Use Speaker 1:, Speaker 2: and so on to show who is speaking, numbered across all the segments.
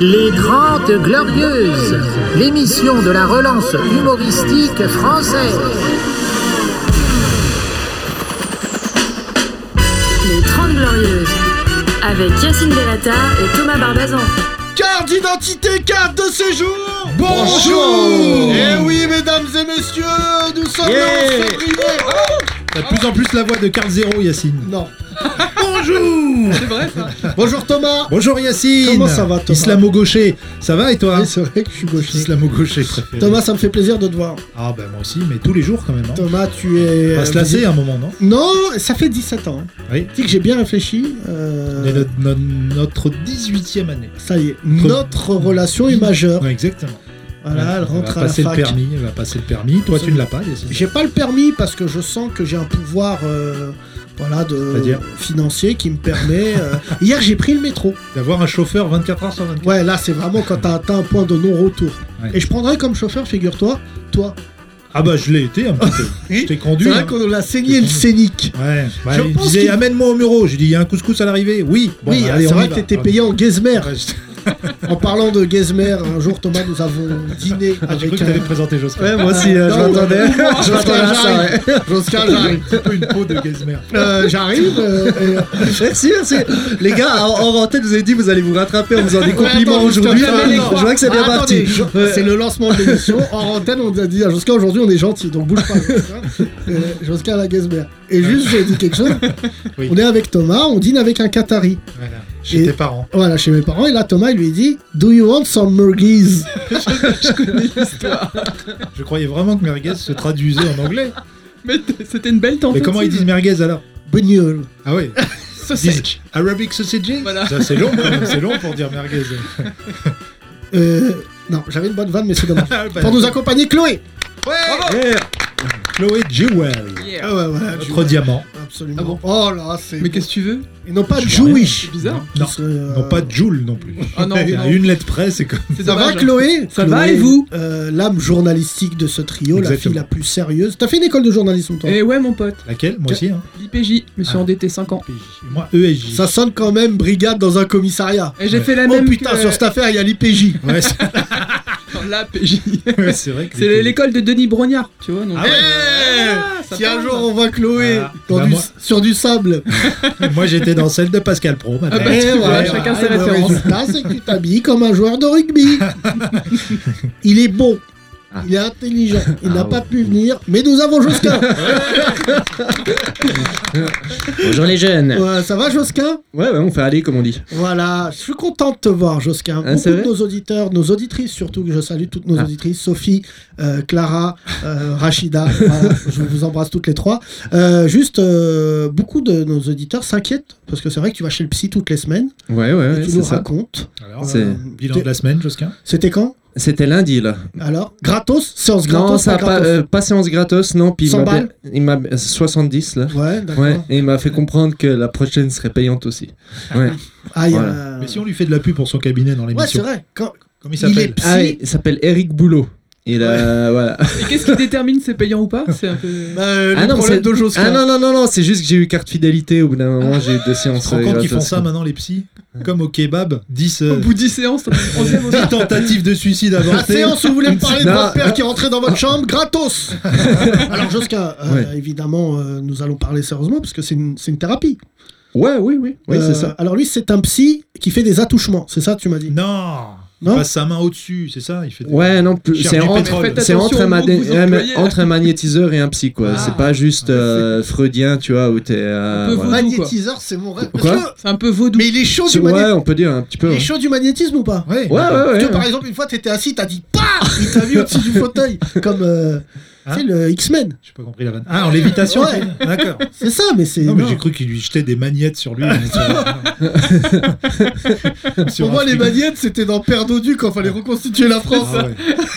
Speaker 1: Les Grandes Glorieuses, l'émission de la relance humoristique française.
Speaker 2: Les 30 Glorieuses, avec Yacine Delata et Thomas Barbazan.
Speaker 3: Carte d'identité, carte de séjour
Speaker 4: Bonjour
Speaker 3: Eh oui, mesdames et messieurs, nous sommes
Speaker 4: Yeah.
Speaker 3: le 11 février
Speaker 4: T'as de plus en plus la voix de Carl Zéro, Yacine.
Speaker 3: Non.
Speaker 4: Bonjour
Speaker 3: C'est vrai, ça Bonjour Thomas
Speaker 4: Bonjour Yacine
Speaker 3: Comment ça va, Thomas
Speaker 4: Islamo-gaucher. Ça va et toi
Speaker 3: Oui, c'est vrai que je suis gaucher.
Speaker 4: Islamo-gaucher préféré.
Speaker 3: Thomas, ça me fait plaisir de te voir.
Speaker 4: Ah bah moi aussi, mais tous les jours quand même. Hein.
Speaker 3: Thomas, tu es... euh,
Speaker 4: On va se lasser un moment, non
Speaker 3: Non, ça fait 17 ans. hein.
Speaker 4: Oui.
Speaker 3: Tu sais que j'ai bien réfléchi. euh,
Speaker 4: On est notre, notre, notre 18e année.
Speaker 3: Ça y est, notre relation est majeure.
Speaker 4: Ouais, exactement.
Speaker 3: Voilà,
Speaker 4: Ouais,
Speaker 3: elle
Speaker 4: on
Speaker 3: rentre
Speaker 4: va
Speaker 3: à la
Speaker 4: passer
Speaker 3: fac.
Speaker 4: le permis, elle va passer le permis. Toi, tu ne l'as pas, Yacine.
Speaker 3: J'ai pas le permis parce que je sens que j'ai un pouvoir euh, voilà, de
Speaker 4: C'est-à-dire
Speaker 3: financier qui me permet. euh, Hier, j'ai pris le métro.
Speaker 4: D'avoir un chauffeur 24h sur 24.
Speaker 3: Ouais, là, c'est vraiment quand t'as atteint un point de non-retour.
Speaker 4: Ouais.
Speaker 3: Et je prendrais comme chauffeur, figure-toi, toi.
Speaker 4: Ah bah je l'ai été un petit peu. je t'ai
Speaker 3: C'est
Speaker 4: conduit.
Speaker 3: vrai
Speaker 4: hein.
Speaker 3: qu'on l'a saigné le scénic.
Speaker 4: Ouais, bah,
Speaker 3: Je
Speaker 4: il
Speaker 3: pense
Speaker 4: disait
Speaker 3: qu'il-
Speaker 4: amène-moi au bureau. J'ai dit il y a un couscous à l'arrivée. Oui. Bon,
Speaker 3: oui, ah,
Speaker 4: bah, allez,
Speaker 3: c'est
Speaker 4: on y
Speaker 3: vrai que
Speaker 4: va.
Speaker 3: t'étais payé en Gezmer. en parlant de Gezmer, un jour, Thomas, nous avons dîné
Speaker 4: Ah,
Speaker 3: avec
Speaker 4: j'ai cru que
Speaker 3: un...
Speaker 4: t'allais me présenter Josquin.
Speaker 3: moi aussi,
Speaker 4: euh, je m'attendais.
Speaker 3: Je m'attendais à ça, ouais.
Speaker 4: Josquin, j'arrive. Un petit peu une peau de Gezmer.
Speaker 3: Euh, J'arrive. euh, et-
Speaker 5: Merci, merci. hein, Les gars, en, en antenne, vous avez dit vous allez vous rattraper en faisant des
Speaker 3: Ouais,
Speaker 5: compliments
Speaker 3: attends,
Speaker 5: aujourd'hui.
Speaker 3: je te
Speaker 4: hein.
Speaker 3: fais les
Speaker 5: Je
Speaker 3: croix.
Speaker 5: vois que c'est bien
Speaker 3: Ah, attendez,
Speaker 5: parti.
Speaker 3: je-
Speaker 5: Ouais.
Speaker 3: C'est le lancement de l'émission. En antenne, on a dit à Josquin aujourd'hui, on est gentil, donc bouge pas. Euh, Josquin à la Gaisberg. Et juste, j'ai dit quelque chose.
Speaker 4: Oui.
Speaker 3: On est avec Thomas, on dîne avec un Qatari.
Speaker 4: Voilà. Chez
Speaker 3: Et-
Speaker 4: tes parents.
Speaker 3: Voilà, chez mes parents. Et là, Thomas, il lui dit Do you want some merguez
Speaker 4: Je croyais vraiment que merguez se traduisait en anglais.
Speaker 6: Mais t- c'était une belle tentative.
Speaker 4: Mais comment ils disent merguez alors
Speaker 3: Beignole.
Speaker 4: Ah oui. Ils disent Arabic sausage.
Speaker 6: Voilà.
Speaker 4: Ça c'est long quand même. C'est long pour dire merguez.
Speaker 3: Euh, non, j'avais une bonne vanne, mais c'est dommage.
Speaker 4: Ah, bah,
Speaker 3: Pour nous accompagner, Chloé.
Speaker 4: yeah. Chloé Jewel.
Speaker 6: Yeah.
Speaker 3: Ah ouais, voilà,
Speaker 4: Notre diamant.
Speaker 3: absolument.
Speaker 6: Ah bon
Speaker 3: oh là, c'est.
Speaker 6: Mais qu'est-ce que tu veux
Speaker 3: Ils n'ont pas
Speaker 4: Je vois
Speaker 3: Jewish.
Speaker 6: C'est bizarre.
Speaker 4: Non.
Speaker 3: Ils se- euh,
Speaker 4: Non pas Joule non plus.
Speaker 6: Ah non,
Speaker 4: Il y a
Speaker 6: non.
Speaker 4: Une lettre près, c'est comme.
Speaker 6: C'est
Speaker 3: Ça va,
Speaker 6: dommage.
Speaker 3: Chloé
Speaker 6: Ça
Speaker 3: Chloé,
Speaker 6: va, et vous
Speaker 3: euh, L'âme journalistique de ce trio, la
Speaker 4: Exactement.
Speaker 3: fille la plus sérieuse. T'as fait une école de journalisme, toi
Speaker 6: Eh ouais, mon pote.
Speaker 4: Laquelle Moi aussi. Hein.
Speaker 6: L'IPJ. Je me suis
Speaker 4: Ah.
Speaker 6: endetté 5 ans.
Speaker 4: PJ. Moi E ESJ.
Speaker 3: Ça sonne quand même brigade dans un commissariat.
Speaker 6: Et j'ai
Speaker 4: Ouais.
Speaker 6: fait la
Speaker 3: Oh
Speaker 6: même
Speaker 3: putain,
Speaker 6: que-
Speaker 3: sur cette affaire, il y a l'IPJ.
Speaker 4: Ouais, c'est
Speaker 6: La PJ.
Speaker 4: ouais, c'est vrai que
Speaker 6: C'est l'école de Denis Brognard, tu vois. donc-
Speaker 4: Ah ouais.
Speaker 6: Ah, ça Ah,
Speaker 3: si un
Speaker 6: parle.
Speaker 3: jour on voit Chloé
Speaker 4: Voilà.
Speaker 3: dans
Speaker 4: Bah,
Speaker 3: du-
Speaker 4: moi-
Speaker 3: sur du sable,
Speaker 4: Moi j'étais dans celle de Pascal Pro. ma
Speaker 6: Ah bah,
Speaker 4: belle.
Speaker 6: tu
Speaker 3: eh,
Speaker 6: vois,
Speaker 3: ouais,
Speaker 6: chacun
Speaker 3: ouais,
Speaker 6: ses
Speaker 3: le
Speaker 6: références.
Speaker 3: résultat, c'est que tu t'habilles comme un joueur de rugby. il est bon.
Speaker 6: Ah.
Speaker 3: Il est intelligent, il n'a pas pu venir, mais nous avons Josquin.
Speaker 5: Bonjour les jeunes.
Speaker 3: Ouais, ça va Josquin
Speaker 5: Ouais, ouais, on fait aller comme on dit.
Speaker 3: Voilà, je suis content de te voir, Josquin.
Speaker 5: Ah,
Speaker 3: Beaucoup
Speaker 5: c'est
Speaker 3: de
Speaker 5: vrai
Speaker 3: nos auditeurs, nos auditrices surtout, que je salue toutes nos
Speaker 5: Ah.
Speaker 3: auditrices, Sophie, euh, Clara, euh, Rachida, voilà, je vous embrasse toutes les trois. Euh, juste, euh, beaucoup de nos auditeurs s'inquiètent, parce que c'est vrai que tu vas chez le psy toutes les semaines,
Speaker 5: Ouais, ouais,
Speaker 3: et
Speaker 5: Ah ouais,
Speaker 3: tu
Speaker 5: c'est
Speaker 3: nous
Speaker 5: ça.
Speaker 3: racontes.
Speaker 4: Alors,
Speaker 5: C'est-
Speaker 4: euh, bilan de la semaine, Josquin.
Speaker 3: C'était quand
Speaker 5: C'était lundi là.
Speaker 3: Alors Gratos Séance gratos
Speaker 5: non, ça a
Speaker 3: pas
Speaker 5: pas,
Speaker 3: gratos
Speaker 5: euh, pas séance gratos, non. Puis il
Speaker 3: 100
Speaker 5: m'a
Speaker 3: balles
Speaker 5: il m'a euh, 70 là.
Speaker 3: Ouais, d'accord.
Speaker 5: Ouais, et il m'a fait comprendre que la prochaine serait payante aussi. Ouais.
Speaker 3: Ah, il y a-
Speaker 4: Mais si on lui fait de la pub pour son cabinet dans
Speaker 3: Ouais, c'est
Speaker 4: l'émission,
Speaker 3: vrai. Quand...
Speaker 4: comment il
Speaker 3: Il est
Speaker 4: s'appelle
Speaker 3: psy.
Speaker 5: Ah, ouais, il s'appelle Eric Boulot. Il a, voilà.
Speaker 6: Et qu'est-ce qui détermine c'est payant ou pas C'est un peu.
Speaker 4: Bah,
Speaker 3: Euh,
Speaker 5: Ah
Speaker 3: le
Speaker 5: non,
Speaker 3: problème
Speaker 5: c'est-
Speaker 3: de Josquin.
Speaker 5: Ah non, non, non, non, c'est juste que j'ai eu carte fidélité. Au bout d'un moment, j'ai eu deux
Speaker 4: On
Speaker 5: séances.
Speaker 4: se rend
Speaker 5: euh,
Speaker 4: compte qu'ils
Speaker 5: gratos,
Speaker 4: font ça
Speaker 5: quoi.
Speaker 4: maintenant les psys Comme au kebab, 10,
Speaker 6: Au bout de 10 séances, on s'est
Speaker 4: tentatives de suicide
Speaker 3: La
Speaker 4: avancées.
Speaker 3: séance où vous voulez me parler de
Speaker 5: Non.
Speaker 3: votre père qui est rentré dans votre chambre, gratos Alors Josquin, euh, évidemment, euh, nous allons parler sérieusement parce que c'est une, c'est une thérapie.
Speaker 5: Ouais, oui, oui, oui,
Speaker 3: Euh,
Speaker 5: c'est ça.
Speaker 3: Alors lui, c'est un psy qui fait des attouchements, c'est ça tu m'as dit
Speaker 4: Non Il
Speaker 3: Non
Speaker 4: passe sa main au-dessus, c'est ça il fait...
Speaker 5: Ouais, non, plus-
Speaker 4: Cherche
Speaker 5: c'est
Speaker 4: du
Speaker 5: entre,
Speaker 4: pétrole.
Speaker 6: Faites
Speaker 5: c'est
Speaker 6: attention
Speaker 5: entre, un
Speaker 6: aux mots
Speaker 5: madé-
Speaker 6: que vous
Speaker 5: un-
Speaker 6: employez.
Speaker 5: entre un magnétiseur et un psy, quoi.
Speaker 4: Ah.
Speaker 5: c'est pas juste euh, freudien, tu vois, où t'es. euh,
Speaker 6: Un peu
Speaker 5: voilà.
Speaker 6: vaudou, quoi.
Speaker 3: Magnétiseur, c'est mon rêve.
Speaker 5: Quoi
Speaker 3: Parce que-
Speaker 6: C'est un peu vaudou.
Speaker 3: mais il est chaud du magnétisme.
Speaker 5: Ouais, on peut dire un petit peu.
Speaker 3: Oh, Il est
Speaker 5: hein.
Speaker 3: chaud du magnétisme ou pas
Speaker 4: Ouais,
Speaker 5: Ouais, ouais, ouais.
Speaker 3: Parce que,
Speaker 5: ouais.
Speaker 3: par exemple, une fois, t'étais assis, t'as dit PAM Il t'a mis au-dessus du fauteuil, comme euh,
Speaker 4: Hein
Speaker 3: tu sais, le X-Men.
Speaker 4: J'ai pas compris la vanne. Ah, en lévitation
Speaker 3: Ouais.
Speaker 4: c'est- D'accord.
Speaker 3: C'est ça, mais c'est.
Speaker 4: Non, mais
Speaker 3: non.
Speaker 4: j'ai cru qu'il lui jetait des magnettes sur lui. Sur
Speaker 3: Pour
Speaker 4: un
Speaker 3: moi, les
Speaker 4: frigo.
Speaker 3: magnettes, c'était dans Père Dodu quand fallait reconstituer la France.
Speaker 4: Ah ouais.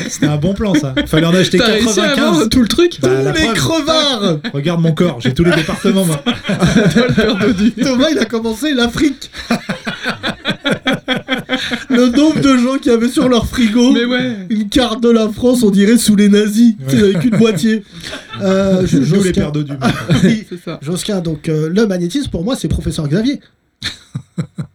Speaker 4: C'était un bon plan, ça. Fallait en acheter
Speaker 6: T'as réussi à avoir
Speaker 4: 95.
Speaker 6: tout le truc
Speaker 4: Bah, la
Speaker 3: Tous les
Speaker 4: preuve.
Speaker 3: crevards
Speaker 4: Regarde mon corps, j'ai tous les départements, moi.
Speaker 3: Thomas, il a commencé l'Afrique. Le nombre de gens qui avaient sur leur frigo
Speaker 6: Mais ouais.
Speaker 3: une carte de la France, on dirait sous les nazis,
Speaker 4: Ouais.
Speaker 3: tu sais, avec une moitié. Euh, je-
Speaker 4: Tous les
Speaker 3: Josquin,
Speaker 5: Ah
Speaker 4: perdus du
Speaker 3: oui.
Speaker 6: C'est ça.
Speaker 3: Josquin, donc euh, le magnétisme pour moi, c'est professeur Xavier.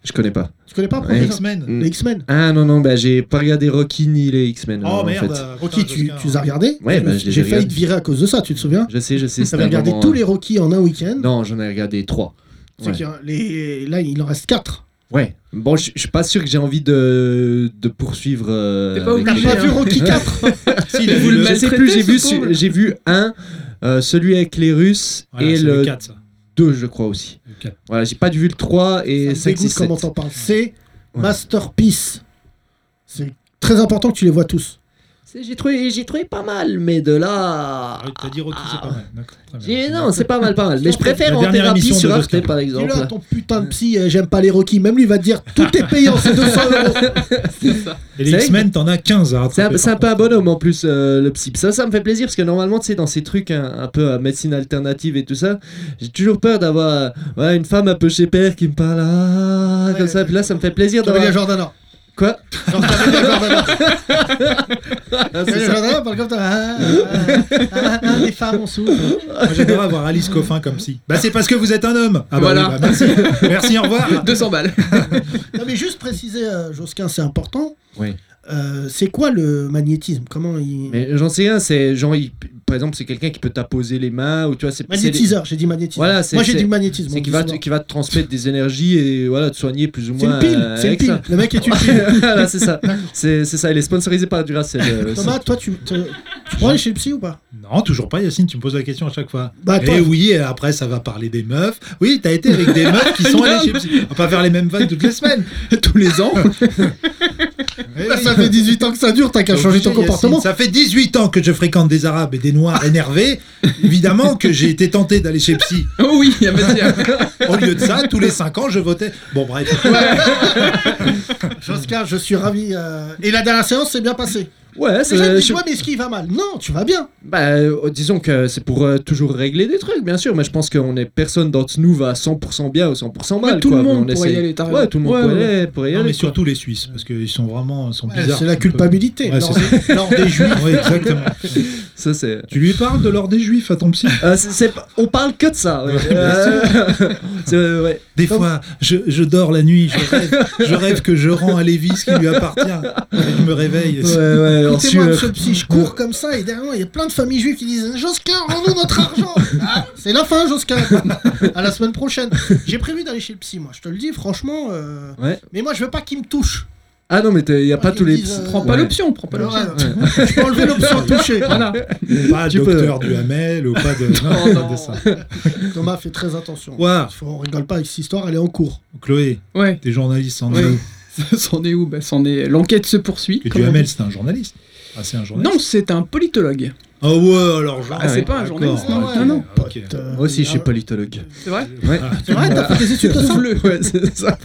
Speaker 5: Je connais pas.
Speaker 3: Tu connais pas
Speaker 5: Ouais.
Speaker 3: Professeur
Speaker 4: X-Men.
Speaker 3: Les X-Men
Speaker 5: Ah non, non, bah j'ai pas regardé Rocky ni les X-Men. euh,
Speaker 4: Oh
Speaker 5: en
Speaker 4: merde.
Speaker 5: fait.
Speaker 4: euh, putain,
Speaker 3: Rocky, tu,
Speaker 4: Josquin.
Speaker 3: tu les as regardés
Speaker 5: Ouais, bah, je les ai
Speaker 3: J'ai failli
Speaker 5: regardés.
Speaker 3: te virer à cause de ça, tu te souviens
Speaker 5: Je sais, je sais.
Speaker 3: T'avais
Speaker 5: c'était un
Speaker 3: regardé
Speaker 5: moment,
Speaker 3: tous
Speaker 5: euh,
Speaker 3: les Rocky en un week-end.
Speaker 5: Non, j'en ai regardé trois.
Speaker 3: C'est
Speaker 5: Ouais.
Speaker 3: qu'il y a les- Là, il en reste 4.
Speaker 5: Ouais. Bon, je je suis pas sûr que j'ai envie de, de poursuivre. euh,
Speaker 6: T'es pas
Speaker 5: avec
Speaker 3: T'as
Speaker 6: obligé,
Speaker 5: les-
Speaker 3: pas
Speaker 6: hein.
Speaker 3: vu Rocky 4
Speaker 4: Si,
Speaker 6: Vous
Speaker 4: le-
Speaker 6: le
Speaker 5: Je sais
Speaker 6: maltraitez,
Speaker 5: plus, j'ai
Speaker 6: ce
Speaker 5: vu,
Speaker 6: pauvre.
Speaker 5: su- j'ai vu un, euh, celui avec les Russes
Speaker 4: Voilà,
Speaker 5: et
Speaker 4: c'est
Speaker 5: le
Speaker 4: 4, ça.
Speaker 5: 2, je crois aussi.
Speaker 4: Le 4.
Speaker 5: Voilà, j'ai pas vu le 3 et
Speaker 3: Ça me
Speaker 5: 5, 6,
Speaker 3: dégoûte
Speaker 5: 7.
Speaker 3: comment t'en parles. C'est
Speaker 5: Ouais.
Speaker 3: Masterpiece. C'est très important que tu les vois tous.
Speaker 5: J'ai trouvé, j'ai trouvé pas mal, mais de là.
Speaker 4: Ah oui, T'as dit Rocky, c'est pas mal. D'accord, très bien.
Speaker 5: J'ai- non, c'est pas mal, pas mal. Mais je préfère
Speaker 4: La
Speaker 5: en
Speaker 4: dernière
Speaker 5: thérapie
Speaker 4: émission
Speaker 5: sur
Speaker 4: de
Speaker 5: Arte,
Speaker 4: Oscar.
Speaker 5: par exemple.
Speaker 3: Dis-le à ton putain de psy, euh, j'aime pas les Rocky. Même lui va te dire, tout est payant, c'est 200 euros.
Speaker 6: C'est ça.
Speaker 4: Et les
Speaker 5: C'est vrai
Speaker 4: X-Men, t'en as 15 à
Speaker 5: C'est
Speaker 4: rattraper.
Speaker 5: un, c'est un peu un bonhomme en plus, euh, le psy. Ça, ça me fait plaisir parce que normalement, tu sais, dans ces trucs hein, un, un peu à médecine alternative et tout ça, j'ai toujours peur d'avoir euh, ouais, une femme un peu chez père qui me parle ah,
Speaker 3: Ouais.
Speaker 5: comme ça. Puis là, ça me fait plaisir
Speaker 3: T'avais
Speaker 5: d'avoir.
Speaker 3: bien Jordana.
Speaker 5: Quoi
Speaker 3: Genre, t'avais bien Jordana.
Speaker 5: Ah,
Speaker 3: T'avais
Speaker 5: c'est
Speaker 3: bien
Speaker 5: ça.
Speaker 3: Jordana, parle comme ça. Ah, ah, ah, ah, les femmes, on souffre.
Speaker 4: Moi, J'aimerais avoir Alice Coffin comme si. Bah, c'est parce que vous êtes un homme. Ah, bah,
Speaker 6: Voilà.
Speaker 4: oui, bah, merci. merci, au revoir.
Speaker 6: 200 balles.
Speaker 3: Non, mais juste préciser, euh, Josquin, c'est important.
Speaker 5: Oui.
Speaker 3: Euh, c'est quoi le magnétisme Comment il.
Speaker 5: Mais j'en sais un, c'est genre, il- par exemple, c'est quelqu'un qui peut t'apposer les mains ou tu vois, c'est. c'est des-
Speaker 3: Magnétiseur, j'ai dit magnétisme.
Speaker 5: Voilà, c'est-
Speaker 3: Moi j'ai
Speaker 5: c'est-
Speaker 3: dit magnétisme.
Speaker 5: C'est
Speaker 3: on dit
Speaker 5: qui va,
Speaker 3: souvent.
Speaker 5: qui va te transmettre des énergies et voilà, te soigner plus ou
Speaker 3: C'est
Speaker 5: moins.
Speaker 3: une pile,
Speaker 5: euh,
Speaker 3: c'est une
Speaker 5: avec
Speaker 3: pile.
Speaker 5: ça.
Speaker 3: Le mec est une pile.
Speaker 5: voilà, c'est ça. C'est c'est ça. Il est sponsorisé par Duracell. euh,
Speaker 3: Thomas, toi tu, te- tu pourrais aller chez le psy ou pas
Speaker 4: Non, toujours pas, Yacine, tu me poses la question à chaque fois.
Speaker 3: Bah,
Speaker 4: Eh
Speaker 3: toi-
Speaker 4: oui, et après ça va parler des meufs. Oui, t'as été avec des meufs qui sont allées chez Psy. On va pas faire les mêmes vannes toutes les semaines.
Speaker 6: Tous les ans.
Speaker 4: Eh oui.
Speaker 3: Bah, Ça fait 18 ans que ça dure, t'as qu'à changer ton
Speaker 4: Obligé,
Speaker 3: comportement.
Speaker 4: Yacine. Ça fait 18 ans que je fréquente des Arabes et des Noirs énervés. Évidemment que j'ai été tenté d'aller chez Psy.
Speaker 6: Oh oui, il y a matière.
Speaker 4: Au lieu de ça, tous les 5 ans, je votais. Bon, bref.
Speaker 3: Joscar, je suis ravi. euh, Et la dernière séance s'est bien passée.
Speaker 5: Ouais,
Speaker 3: Les gens
Speaker 5: c'est.
Speaker 3: me disent,
Speaker 5: je-
Speaker 3: ouais, mais ce qui va mal Non, tu vas bien.
Speaker 5: Bah, euh, disons que c'est pour euh, toujours régler des trucs, bien sûr, mais je pense qu'on est personne d'entre nous va 100% bien ou 100% mal.
Speaker 6: Ouais, tout
Speaker 5: quoi,
Speaker 6: le
Speaker 5: mais
Speaker 6: monde
Speaker 5: on
Speaker 6: pourrait y
Speaker 5: essaye.
Speaker 6: aller, t'as raison.
Speaker 5: Ouais, tout le monde
Speaker 6: Ouais,
Speaker 5: pourrait y
Speaker 6: ouais.
Speaker 5: aller. pourrait y
Speaker 4: Non,
Speaker 5: aller,
Speaker 4: mais
Speaker 5: quoi.
Speaker 4: surtout les Suisses, parce qu'ils sont vraiment ils sont bizarres.
Speaker 3: C'est la
Speaker 4: un peu.
Speaker 3: culpabilité.
Speaker 4: Ouais,
Speaker 3: L'or-
Speaker 4: c'est
Speaker 3: L'or des juifs.
Speaker 4: Oui, exactement.
Speaker 5: Ça, c'est.
Speaker 4: Tu lui parles de l'or des Juifs à ton psy
Speaker 5: Euh, c'est- c'est pas- On parle que de ça. ouais. Euh, c'est- ouais.
Speaker 4: Des fois, je, je dors la nuit, je rêve, je rêve que je rends à Lévis ce qui lui appartient. Et je me réveille.
Speaker 5: Ouais, ouais, en
Speaker 3: Écoutez-moi,
Speaker 5: sueur.
Speaker 3: monsieur le psy, je cours comme ça et derrière moi, il y a plein de familles juives qui disent Josquin, rends-nous notre argent Ah, C'est la fin, Josquin À la semaine prochaine. J'ai prévu d'aller chez le psy, moi, je te le dis, franchement. euh,
Speaker 5: Ouais.
Speaker 3: Mais moi, je veux pas qu'il me touche.
Speaker 5: Ah non, mais il n'y a pas
Speaker 3: qu'ils
Speaker 5: tous les.
Speaker 3: disent, euh,
Speaker 6: Prends pas
Speaker 5: Ouais.
Speaker 6: l'option, prends pas
Speaker 3: Alors,
Speaker 6: l'option.
Speaker 3: euh, Je peux enlever l'option toucher.
Speaker 6: Voilà.
Speaker 4: Pas
Speaker 5: Tu
Speaker 4: docteur du Hamel ou pas de,
Speaker 6: Oh,
Speaker 4: non,
Speaker 6: non.
Speaker 4: de ça.
Speaker 3: Thomas, fais très attention.
Speaker 4: Ouah,
Speaker 3: Faut- On rigole pas avec cette histoire, elle est en cours.
Speaker 4: Chloé,
Speaker 6: Ouais.
Speaker 4: t'es journaliste en
Speaker 6: Ouais.
Speaker 4: nous.
Speaker 6: C'en est où Bah, c'en est. L'enquête se poursuit.
Speaker 4: Que du
Speaker 6: comme on
Speaker 4: Hamel,
Speaker 6: dit.
Speaker 4: c'est un journaliste. Ah, c'est un journaliste
Speaker 6: Non, c'est un politologue.
Speaker 4: Ah ouais, alors genre.
Speaker 6: Ah, c'est pas un
Speaker 4: d'accord.
Speaker 3: Oh,
Speaker 6: journaliste,
Speaker 4: Ah,
Speaker 6: non,
Speaker 4: ok,
Speaker 6: non, non.
Speaker 4: ok.
Speaker 3: Euh,
Speaker 5: Moi aussi, je suis
Speaker 3: ah,
Speaker 5: politologue.
Speaker 6: C'est vrai
Speaker 5: Ouais.
Speaker 3: C'est vrai, t'as fait des études de ça
Speaker 5: Trouve-le, ouais, c'est ça.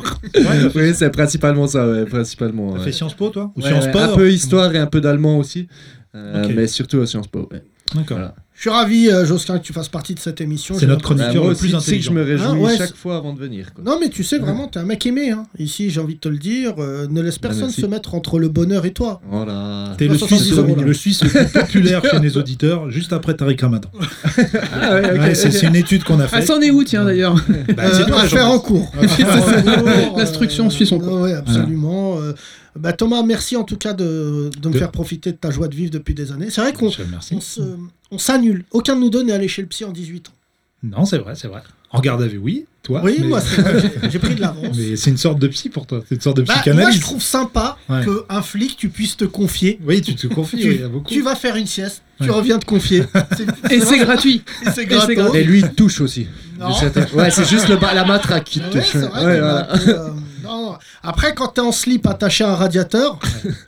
Speaker 5: Oui, c'est principalement ça, ouais, principalement.
Speaker 4: T'as
Speaker 5: ouais.
Speaker 4: fait Sciences Po, toi Ou
Speaker 5: Ouais,
Speaker 4: Sciences
Speaker 5: ouais,
Speaker 4: Po
Speaker 5: Un peu histoire et un peu d'allemand aussi. Euh,
Speaker 4: Ok.
Speaker 5: Mais surtout à Sciences Po. ouais.
Speaker 4: D'accord.
Speaker 5: Voilà.
Speaker 3: Je suis ravi, euh, Josquin, que tu fasses partie de cette émission.
Speaker 4: C'est
Speaker 3: J'ai
Speaker 4: notre
Speaker 3: l'impression-
Speaker 5: Bah,
Speaker 4: chroniqueur
Speaker 5: moi
Speaker 4: le
Speaker 5: aussi,
Speaker 4: plus
Speaker 5: tu sais que je me
Speaker 4: intelligent.
Speaker 5: réjouis
Speaker 3: Ah, ouais,
Speaker 5: chaque
Speaker 3: c'est-
Speaker 5: fois avant de venir. quoi.
Speaker 3: Non, mais tu sais, vraiment, t'es un mec aimé. Hein. Ici, j'ai envie de te le dire, euh, ne
Speaker 4: Bah,
Speaker 3: laisse personne
Speaker 5: merci.
Speaker 3: se mettre entre le bonheur et toi.
Speaker 5: Voilà.
Speaker 4: T'es le
Speaker 3: 70
Speaker 4: Suisse,
Speaker 3: euros, là.
Speaker 4: le Suisse le plus populaire chez les auditeurs, juste après Tariq Ramadan.
Speaker 5: Ah ouais, ok,
Speaker 4: Ouais, c'est
Speaker 5: ok.
Speaker 4: c'est une étude qu'on a
Speaker 6: Ah,
Speaker 4: faite.
Speaker 6: c'en est où, tiens, d'ailleurs
Speaker 4: Bah, c'est
Speaker 3: Euh,
Speaker 4: toi,
Speaker 3: à faire en
Speaker 4: journaliste.
Speaker 3: cours.
Speaker 6: L'instruction suit son cours.
Speaker 3: Oui, absolument. Euh, bah, Thomas, merci en tout cas de, de me
Speaker 4: De-
Speaker 3: faire profiter de ta joie de vivre depuis des années. C'est vrai qu'on
Speaker 4: Je te remercie.
Speaker 3: on se- on s'annule. Aucun de nous deux n'est allé chez le psy en 18 ans.
Speaker 4: Non, c'est vrai, c'est vrai. En garde à vue, oui, toi.
Speaker 3: oui,
Speaker 4: mais-
Speaker 3: moi, c'est vrai, j'ai- j'ai pris de l'avance.
Speaker 4: Mais c'est une sorte de psy pour toi, c'est une sorte de
Speaker 3: Bah, moi, je
Speaker 4: psychanalyse.
Speaker 3: trouve sympa
Speaker 4: Ouais.
Speaker 3: qu'un flic, tu puisses te confier.
Speaker 4: Oui, tu te confies,
Speaker 3: Tu-
Speaker 4: oui, à beaucoup.
Speaker 3: Tu vas faire une sieste, tu
Speaker 4: Ouais.
Speaker 3: reviens te confier. C'est-
Speaker 6: Et c'est gratuit.
Speaker 3: Et c'est
Speaker 6: gratos.
Speaker 3: gratos.
Speaker 5: Et lui, il touche aussi.
Speaker 3: Non. Ah
Speaker 5: De certains- Ouais, c'est juste le ba- la matraque qui te
Speaker 3: Ouais,
Speaker 5: touche.
Speaker 3: c'est vrai
Speaker 5: Ouais,
Speaker 3: que,
Speaker 5: voilà.
Speaker 3: bah, euh, non, non. Après, quand t'es en slip attaché à un radiateur,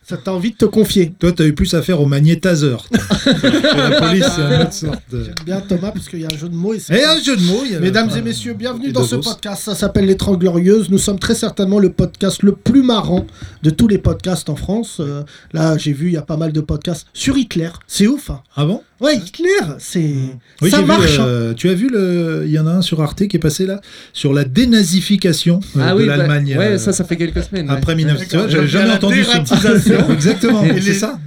Speaker 3: ça t'a envie de te confier.
Speaker 4: Toi, t'as eu plus à faire au magnétaseur. la police, c'est une autre sorte de...
Speaker 3: J'aime bien Thomas, parce qu'il y a un jeu de mots. Et c'est-
Speaker 4: Et un jeu de mots, il y avait-
Speaker 3: Mesdames
Speaker 4: voilà.
Speaker 3: et messieurs, bienvenue
Speaker 4: Et
Speaker 3: dans ce
Speaker 4: Davos.
Speaker 3: podcast. Ça s'appelle Les Trente Glorieuses. Nous sommes très certainement le podcast le plus marrant de tous les podcasts en France. Euh, là, j'ai vu, il y a pas mal de podcasts sur Hitler. C'est ouf. hein.
Speaker 4: Ah bon
Speaker 3: Ouais, Hitler, c'est.
Speaker 4: Oui,
Speaker 3: ça
Speaker 4: j'ai vu,
Speaker 3: marche. hein.
Speaker 4: euh, tu as vu, le... il y en a un sur Arte qui est passé là, sur la dénazification euh,
Speaker 5: Ah
Speaker 4: de
Speaker 5: oui, bah,
Speaker 4: l'Allemagne. euh,
Speaker 5: ouais, ça, ça fait quelques semaines. ouais.
Speaker 4: Après 1900, tu vois,
Speaker 3: D'accord,
Speaker 4: j'avais
Speaker 3: donc il y a
Speaker 4: jamais
Speaker 3: la
Speaker 4: entendu
Speaker 3: dératisation.
Speaker 4: ça. Exactement,
Speaker 3: Et les
Speaker 4: c'est ça.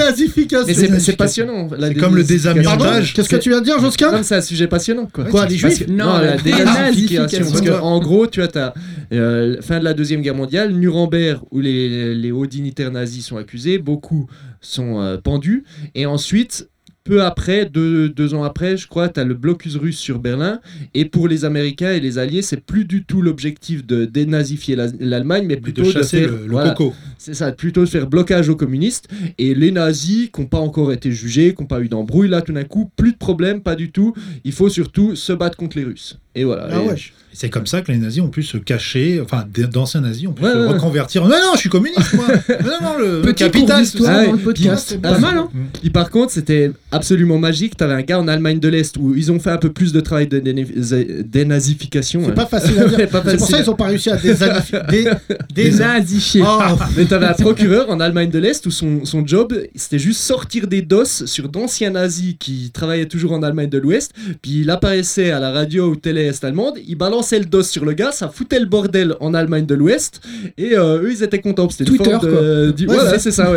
Speaker 5: Mais
Speaker 3: dénazifications.
Speaker 5: c'est c'est passionnant. la
Speaker 4: C'est comme le
Speaker 5: dénazification.
Speaker 3: Pardon,
Speaker 4: Bandage.
Speaker 3: qu'est-ce que tu viens de dire, Josquin
Speaker 5: Non, mais c'est un sujet passionnant quoi.
Speaker 3: Quoi, les
Speaker 5: Parce
Speaker 3: juifs
Speaker 5: que- Non, la
Speaker 6: dénazification.
Speaker 5: dénazification. Parce que en gros, tu as ta Euh, fin de la Deuxième Guerre mondiale, Nuremberg, où les, les hauts dignitaires nazis sont accusés, beaucoup sont euh, pendus. Et ensuite, peu après, deux, deux ans après, je crois, tu as le blocus russe sur Berlin. Et pour les Américains et les Alliés, c'est plus du tout l'objectif de dénazifier la- l'Allemagne, mais
Speaker 4: Mais
Speaker 5: plutôt
Speaker 4: de chasser
Speaker 5: faire,
Speaker 4: le, le
Speaker 5: voilà,
Speaker 4: coco.
Speaker 5: c'est ça, plutôt de faire blocage aux communistes. Et les nazis, qui n'ont pas encore été jugés, qui n'ont pas eu d'embrouille, là tout d'un coup, plus de problème, pas du tout. Il faut surtout se battre contre les Russes. Et voilà.
Speaker 3: Ah
Speaker 5: Et-
Speaker 3: ouais.
Speaker 4: Et C'est comme ça que les nazis ont pu se cacher, enfin, d- d'anciens nazis ont pu
Speaker 5: Ouais,
Speaker 4: se
Speaker 5: ouais, ouais.
Speaker 4: reconvertir. Non, non, je suis communiste, moi. non, non, le
Speaker 6: Petit
Speaker 4: capital.
Speaker 6: cours d'histoire
Speaker 5: Ah ouais,
Speaker 6: dans le
Speaker 4: puis-
Speaker 6: podcast.
Speaker 3: Ah,
Speaker 6: Pas
Speaker 5: c'est-
Speaker 6: mal, hein
Speaker 4: Mm.
Speaker 5: Et par contre, c'était absolument magique. T'avais un gars en Allemagne de l'Est où ils ont fait un peu plus de travail de déna- dénazification.
Speaker 3: C'est
Speaker 5: hein.
Speaker 3: pas facile à
Speaker 5: C'est
Speaker 3: dire.
Speaker 5: pas
Speaker 3: C'est pour
Speaker 5: facile.
Speaker 3: ça qu'ils ont pas réussi à désanifier.
Speaker 6: Des nazifiés.
Speaker 4: Ah,
Speaker 5: Mais t'avais un procureur en Allemagne de l'Est où son, son job, c'était juste sortir des dosses sur d'anciens nazis qui travaillaient toujours en Allemagne de l'Ouest. Puis il apparaissait à la radio ou télé est allemande, il balançait le dos sur le gars, ça foutait le bordel en Allemagne de l'Ouest. Et euh, eux, ils étaient contents. C'était une
Speaker 6: Twitter,
Speaker 5: forme de- du-
Speaker 3: Ouais,
Speaker 5: voilà,
Speaker 3: c'est-
Speaker 5: c'est ça, ouais.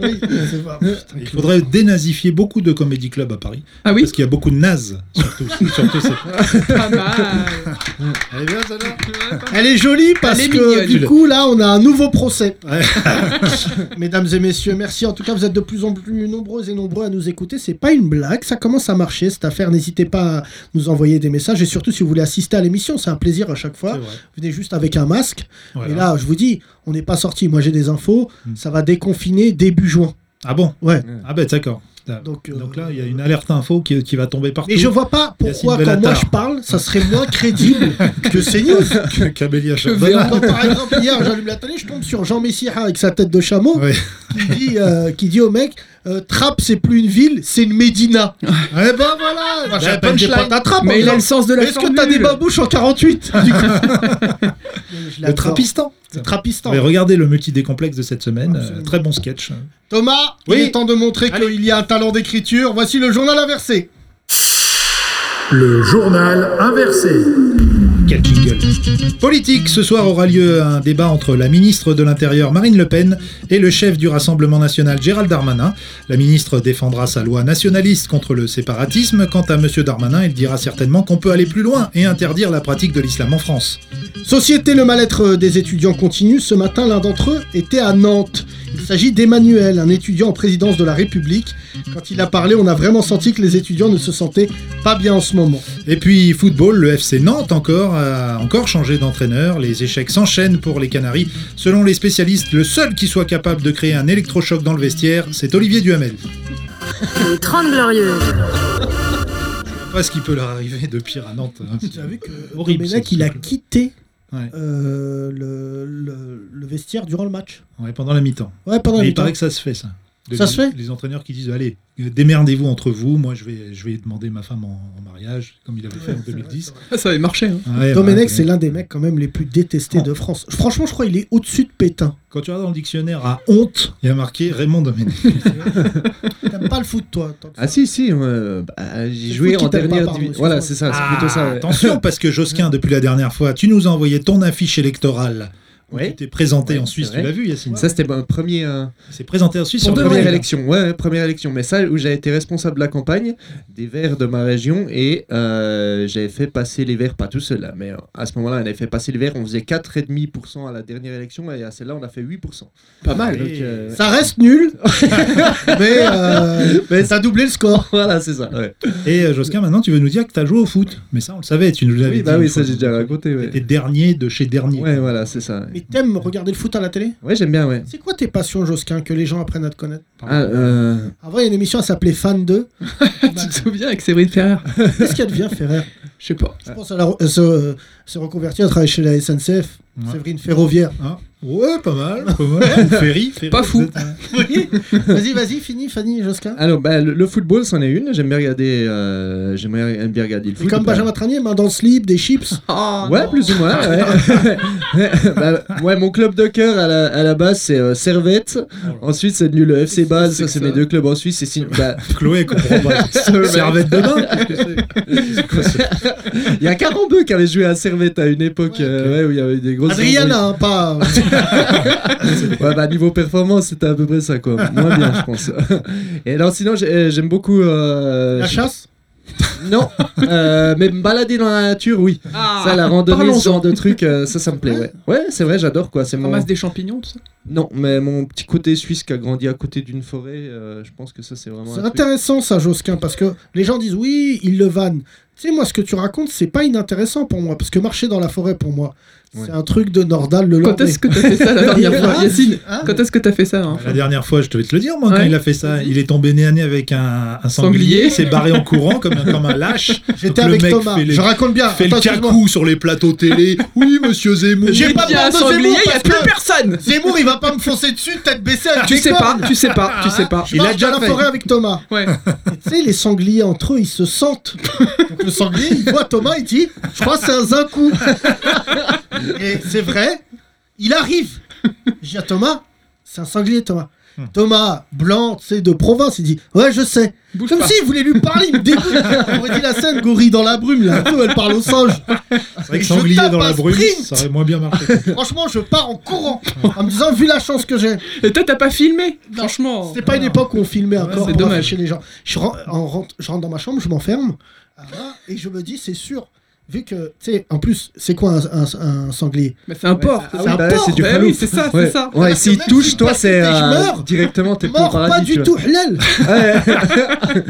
Speaker 3: Oui, c'est pas- putain,
Speaker 4: Il faudrait dénazifier beaucoup de comédie clubs à Paris.
Speaker 6: Ah oui,
Speaker 4: Parce qu'il y a beaucoup de nazes, surtout. surtout c'est-
Speaker 6: pas mal.
Speaker 4: Elle est bien, celle-là
Speaker 3: Elle est jolie parce
Speaker 6: Elle est
Speaker 3: que
Speaker 6: mignonne.
Speaker 3: du
Speaker 4: Tu
Speaker 3: coup là on a un nouveau procès.
Speaker 4: Ouais.
Speaker 3: Mesdames et messieurs, merci. En tout cas, vous êtes de plus en plus nombreux et nombreux à nous écouter. C'est pas une blague, ça commence à marcher cette affaire. N'hésitez pas à nous envoyer des messages et surtout si vous voulez assister à l'émission, c'est un plaisir à chaque
Speaker 4: C'est
Speaker 3: fois.
Speaker 4: vrai.
Speaker 3: Venez juste avec un masque.
Speaker 4: Voilà.
Speaker 3: Et là, je vous dis, on n'est pas sorti. Moi, j'ai des infos.
Speaker 4: Mm.
Speaker 3: Ça va déconfiner début juin.
Speaker 4: Ah bon
Speaker 3: Ouais.
Speaker 4: Ah ben d'accord.
Speaker 3: Donc,
Speaker 4: Donc,
Speaker 3: euh,
Speaker 4: là, il y a une alerte info qui, qui va tomber partout.
Speaker 3: Mais je vois pas
Speaker 4: Yacine
Speaker 3: pourquoi quand
Speaker 4: Bellatar.
Speaker 3: moi je parle, ça serait moins crédible que CNews.
Speaker 4: que Camélia Jordana.
Speaker 3: Quand, Bah, par exemple, hier, j'allume la télé, je tombe sur Jean Messiha avec sa tête de chameau
Speaker 4: Ouais.
Speaker 3: qui, dit, euh, qui dit au mec euh, Trappes, c'est plus une ville, c'est une Médina.
Speaker 4: Eh ben voilà
Speaker 3: Bah,
Speaker 4: j'ai
Speaker 3: j'appelle des potes à Trappes, en
Speaker 6: Mais il a
Speaker 3: disant,
Speaker 6: le sens de la
Speaker 3: Mais Est-ce que t'as des
Speaker 6: formule.
Speaker 3: babouches en 48 Du coup- Je l'adore.
Speaker 4: Le trapistan
Speaker 3: Le Trappistan.
Speaker 4: Mais regardez le multi-décomplexe de cette semaine.
Speaker 3: Absolument.
Speaker 4: euh, très bon sketch.
Speaker 3: Thomas,
Speaker 4: Oui.
Speaker 3: il est temps de montrer qu'il y a un talent d'écriture. Voici le journal inversé.
Speaker 1: Le journal inversé.
Speaker 4: Quel jingle Politique, ce soir aura lieu un débat entre la ministre de l'Intérieur Marine Le Pen et le chef du Rassemblement National Gérald Darmanin. La ministre défendra sa loi nationaliste contre le séparatisme. Quant à Monsieur Darmanin, il dira certainement qu'on peut aller plus loin et interdire la pratique de l'islam en France.
Speaker 3: Société, le mal-être des étudiants continue. Ce matin, l'un d'entre eux était à Nantes. Il s'agit d'Emmanuel, un étudiant en présidence de la République. Quand il a parlé, on a vraiment senti que les étudiants ne se sentaient pas bien en ce moment.
Speaker 4: Et puis football, le FC Nantes encore a encore changé d'entraîneur. Les échecs s'enchaînent pour les Canaries. Selon les spécialistes, le seul qui soit capable de créer un électrochoc dans le vestiaire, c'est Olivier Duhamel.
Speaker 2: Les 30 Glorieuses.
Speaker 4: Pas ce qui peut leur arriver de pire à Nantes. hein.
Speaker 3: que
Speaker 4: Horrible,
Speaker 3: Domenech,
Speaker 4: ce
Speaker 3: il a
Speaker 4: truc-là.
Speaker 3: quitté
Speaker 4: Ouais.
Speaker 3: euh, le, le- le vestiaire durant le match.
Speaker 4: Ouais, pendant la mi-temps.
Speaker 3: Ouais, pendant
Speaker 4: Mais
Speaker 3: le
Speaker 4: il paraît que ça se fait, ça. De-
Speaker 3: Ça se fait
Speaker 4: Les entraîneurs qui disent allez, euh, démerdez-vous entre vous. Moi, je vais, je vais demander ma femme en, en mariage, comme il avait fait en 2010.
Speaker 6: Ah, ça avait marché. Hein.
Speaker 4: Ouais, bah,
Speaker 3: Domenech,
Speaker 4: ouais. Oh.
Speaker 3: c'est l'un des mecs quand même les plus détestés de France. Franchement, je crois qu'il est au-dessus de Pétain.
Speaker 4: Quand tu regardes dans le dictionnaire à honte, il y a marqué Raymond Domenech.
Speaker 3: T'aimes pas le foot, toi tant que
Speaker 5: Ah
Speaker 3: ça.
Speaker 5: si, si, euh, bah, j'ai
Speaker 3: foot
Speaker 5: joué
Speaker 3: qui
Speaker 5: en
Speaker 3: t'aime pas,
Speaker 5: dernière
Speaker 3: pardon, Ah,
Speaker 5: division. Voilà, c'est ça, c'est plutôt ça. ouais.
Speaker 4: Attention, parce que Josquin, depuis la dernière fois, tu nous as envoyé ton affiche électorale. où
Speaker 5: Ouais.
Speaker 4: Tu t'es présenté
Speaker 5: Ouais,
Speaker 4: en Suisse,
Speaker 5: c'est
Speaker 4: tu
Speaker 5: vrai.
Speaker 4: l'as vu, Yacine
Speaker 5: Ça, c'était mon premier... euh,
Speaker 4: C'est présenté en Suisse
Speaker 5: Sur
Speaker 4: sur le
Speaker 5: première
Speaker 4: premier.
Speaker 5: élection, ouais, ouais, première élection. Mais ça, où j'ai été responsable de la campagne des Verts de ma région et euh, j'avais fait passer les Verts, pas tout seul, là, mais euh, à ce moment-là, on avait fait passer les Verts, on faisait 4,5% à la dernière élection et à celle-là, on a fait 8%.
Speaker 6: Pas mal.
Speaker 5: Donc, euh,
Speaker 3: Ça reste nul, mais, euh,
Speaker 5: Mais
Speaker 3: t'as doublé le score.
Speaker 5: voilà, c'est ça. ouais.
Speaker 4: Et euh, Josquin, maintenant, tu veux nous dire que tu as joué au foot. Mais ça, on le savait, tu nous l'avais
Speaker 5: Oui,
Speaker 4: dit.
Speaker 5: bah oui,
Speaker 4: une fois.
Speaker 5: ça, j'ai déjà raconté.
Speaker 4: T'étais
Speaker 5: Ouais,
Speaker 4: dernier de chez dernier.
Speaker 5: Ouais, voilà, c'est ça. ouais.
Speaker 3: Mais t'aimes regarder le foot à la télé
Speaker 5: Ouais, j'aime bien, ouais.
Speaker 3: C'est quoi tes passions, Josquin, que les gens apprennent à te connaître
Speaker 5: Ah, euh,
Speaker 3: Avant, il y a une émission, elle s'appelait Fan 2.
Speaker 6: Tu te souviens avec Séverine Ferrer
Speaker 3: Qu'est-ce qu'elle devient, Ferrer
Speaker 6: Je sais pas.
Speaker 3: Je pense à la- euh, se, euh, se reconvertir à travailler chez la SNCF.
Speaker 4: Ouais.
Speaker 3: Séverine Ferroviaire.
Speaker 4: Hein ouais, pas mal. Pas mal. Ferry, Ferry,
Speaker 6: Pas fou.
Speaker 4: vous êtes hein. un-
Speaker 3: Oui. vas-y, vas-y, fini, Fanny,
Speaker 4: Ah,
Speaker 3: Josquin.
Speaker 5: Alors, bah, le, le football, c'en est une. J'aime bien regarder, euh, j'aime bien bien regarder le
Speaker 3: Et
Speaker 5: foot.
Speaker 3: comme
Speaker 5: bah,
Speaker 3: Benjamin Tranier, main dans le slip, des chips.
Speaker 6: Ah,
Speaker 5: Ouais,
Speaker 6: non.
Speaker 5: plus ou moins. Ouais, Ouais, bah, ouais, mon club de cœur à la, à la base, c'est euh, Servette. Ensuite, c'est devenu le FC Bâle.
Speaker 6: C'est
Speaker 5: Ça,
Speaker 6: que
Speaker 5: c'est
Speaker 6: ça.
Speaker 5: mes deux clubs en Suisse. Et sinon, bah,
Speaker 4: Chloé comprend pas. Servette de bain qu'est-ce que c'est C'est quoi ce-
Speaker 5: il y a Carambeu qui avait joué à Servette à une époque euh, ouais, où il y avait des grosses.
Speaker 3: Adriana, hein, pas.
Speaker 5: Ouais, bah, niveau performance, c'était à peu près ça, quoi. Moins bien, je pense. Et alors, sinon, j'ai- euh, j'aime beaucoup. euh,
Speaker 3: La chasse
Speaker 5: Non, euh, mais me balader dans la nature, oui. ça, la randonnée, ce
Speaker 6: parlons-en.
Speaker 5: genre de truc, euh, ça, ça me plaît, ouais. Ouais, c'est vrai, j'adore quoi. C'est mon...
Speaker 6: Ramasse des champignons, tout ça.
Speaker 5: Non, mais mon petit côté suisse qui a grandi à côté d'une forêt, euh, je pense que ça, c'est vraiment.
Speaker 3: C'est
Speaker 5: un truc.
Speaker 3: intéressant ça, Josquin, parce que les gens disent oui, ils le vannent. Tu sais, moi, ce que tu racontes, c'est pas inintéressant pour moi, parce que marcher dans la forêt, pour moi,
Speaker 5: Ouais.
Speaker 3: c'est un truc de Nordal le
Speaker 6: Quand
Speaker 3: Landais.
Speaker 6: est-ce que t'as fait ça la dernière fois Yacine,
Speaker 3: Hein
Speaker 6: quand est-ce que t'as fait ça hein
Speaker 4: La dernière fois, je devais te le dire, moi, quand
Speaker 6: Ouais.
Speaker 4: il a fait ça, il est tombé nez à nez avec un, un sanglier,
Speaker 6: Sanglier.
Speaker 4: il s'est barré en courant comme, un- comme un lâche.
Speaker 3: J'étais
Speaker 4: Donc, le
Speaker 3: avec
Speaker 4: mec
Speaker 3: Thomas.
Speaker 4: fait les-
Speaker 3: Je raconte bien.
Speaker 4: Fait
Speaker 3: Attends,
Speaker 4: le
Speaker 3: excuse-moi.
Speaker 4: cacou sur les plateaux télé. Oui, monsieur Zemmour.
Speaker 3: J'ai
Speaker 6: Dès
Speaker 3: pas
Speaker 6: qu'il y
Speaker 3: peur
Speaker 6: a un
Speaker 3: de Zemmour
Speaker 6: sanglier, il y a
Speaker 3: parce
Speaker 6: plus
Speaker 3: que-
Speaker 6: personne
Speaker 3: Zemmour, il va pas me foncer dessus, tête baissée avec
Speaker 6: Tu
Speaker 3: des
Speaker 6: sais pas,
Speaker 3: cornes.
Speaker 6: tu sais pas, tu sais pas.
Speaker 3: Je marche dans la forêt avec Thomas.
Speaker 6: Ah, Ouais.
Speaker 3: Et Tu sais, les sangliers entre eux, ils se sentent. Donc le sanglier, il voit Thomas, il dit Je crois que c'est un zincou. Et c'est vrai, il arrive. Je dis à Thomas C'est un sanglier, Thomas. Thomas, blanc, tu sais, de province, il dit Ouais, je sais.
Speaker 6: Bouge
Speaker 3: Comme
Speaker 6: pas.
Speaker 3: s'il voulait lui parler, il me dégoûte. On aurait dit la scène, gorille dans la brume, là, elle parle au singe.
Speaker 4: C'est vrai que
Speaker 3: Je
Speaker 4: sanglier
Speaker 3: tape
Speaker 4: dans la
Speaker 3: un
Speaker 4: brume,
Speaker 3: sprint.
Speaker 4: ça aurait moins bien marché.
Speaker 3: Franchement, je pars en courant en me disant Vu la chance que j'ai,
Speaker 6: Et toi, t'as pas filmé
Speaker 3: Non.
Speaker 6: Franchement.
Speaker 3: C'était pas une époque où on filmait encore
Speaker 6: c'est
Speaker 3: pour
Speaker 6: dommage.
Speaker 3: afficher les gens. Je rentre, en rentre- je rentre dans ma chambre, je m'enferme ah, et je me dis, c'est sûr. Vu que, tu sais, en plus, c'est quoi un, un- un sanglier
Speaker 6: Mais c'est un porc.
Speaker 5: Ah
Speaker 3: c'est
Speaker 5: oui,
Speaker 3: un
Speaker 5: bah ouais,
Speaker 3: porc.
Speaker 5: c'est du
Speaker 6: Bah
Speaker 5: halou.
Speaker 6: oui, c'est ça, c'est
Speaker 5: Ouais.
Speaker 6: ça.
Speaker 5: Ouais,
Speaker 3: Parce que
Speaker 5: s'il
Speaker 3: même
Speaker 5: touche,
Speaker 3: s'il
Speaker 5: toi,
Speaker 3: passe
Speaker 5: c'est
Speaker 3: et je
Speaker 5: euh,
Speaker 3: meurs,
Speaker 5: directement t'es
Speaker 3: Mort, pas
Speaker 5: paradis,
Speaker 3: du
Speaker 5: tu
Speaker 3: tout, halal
Speaker 5: vois. Ouais.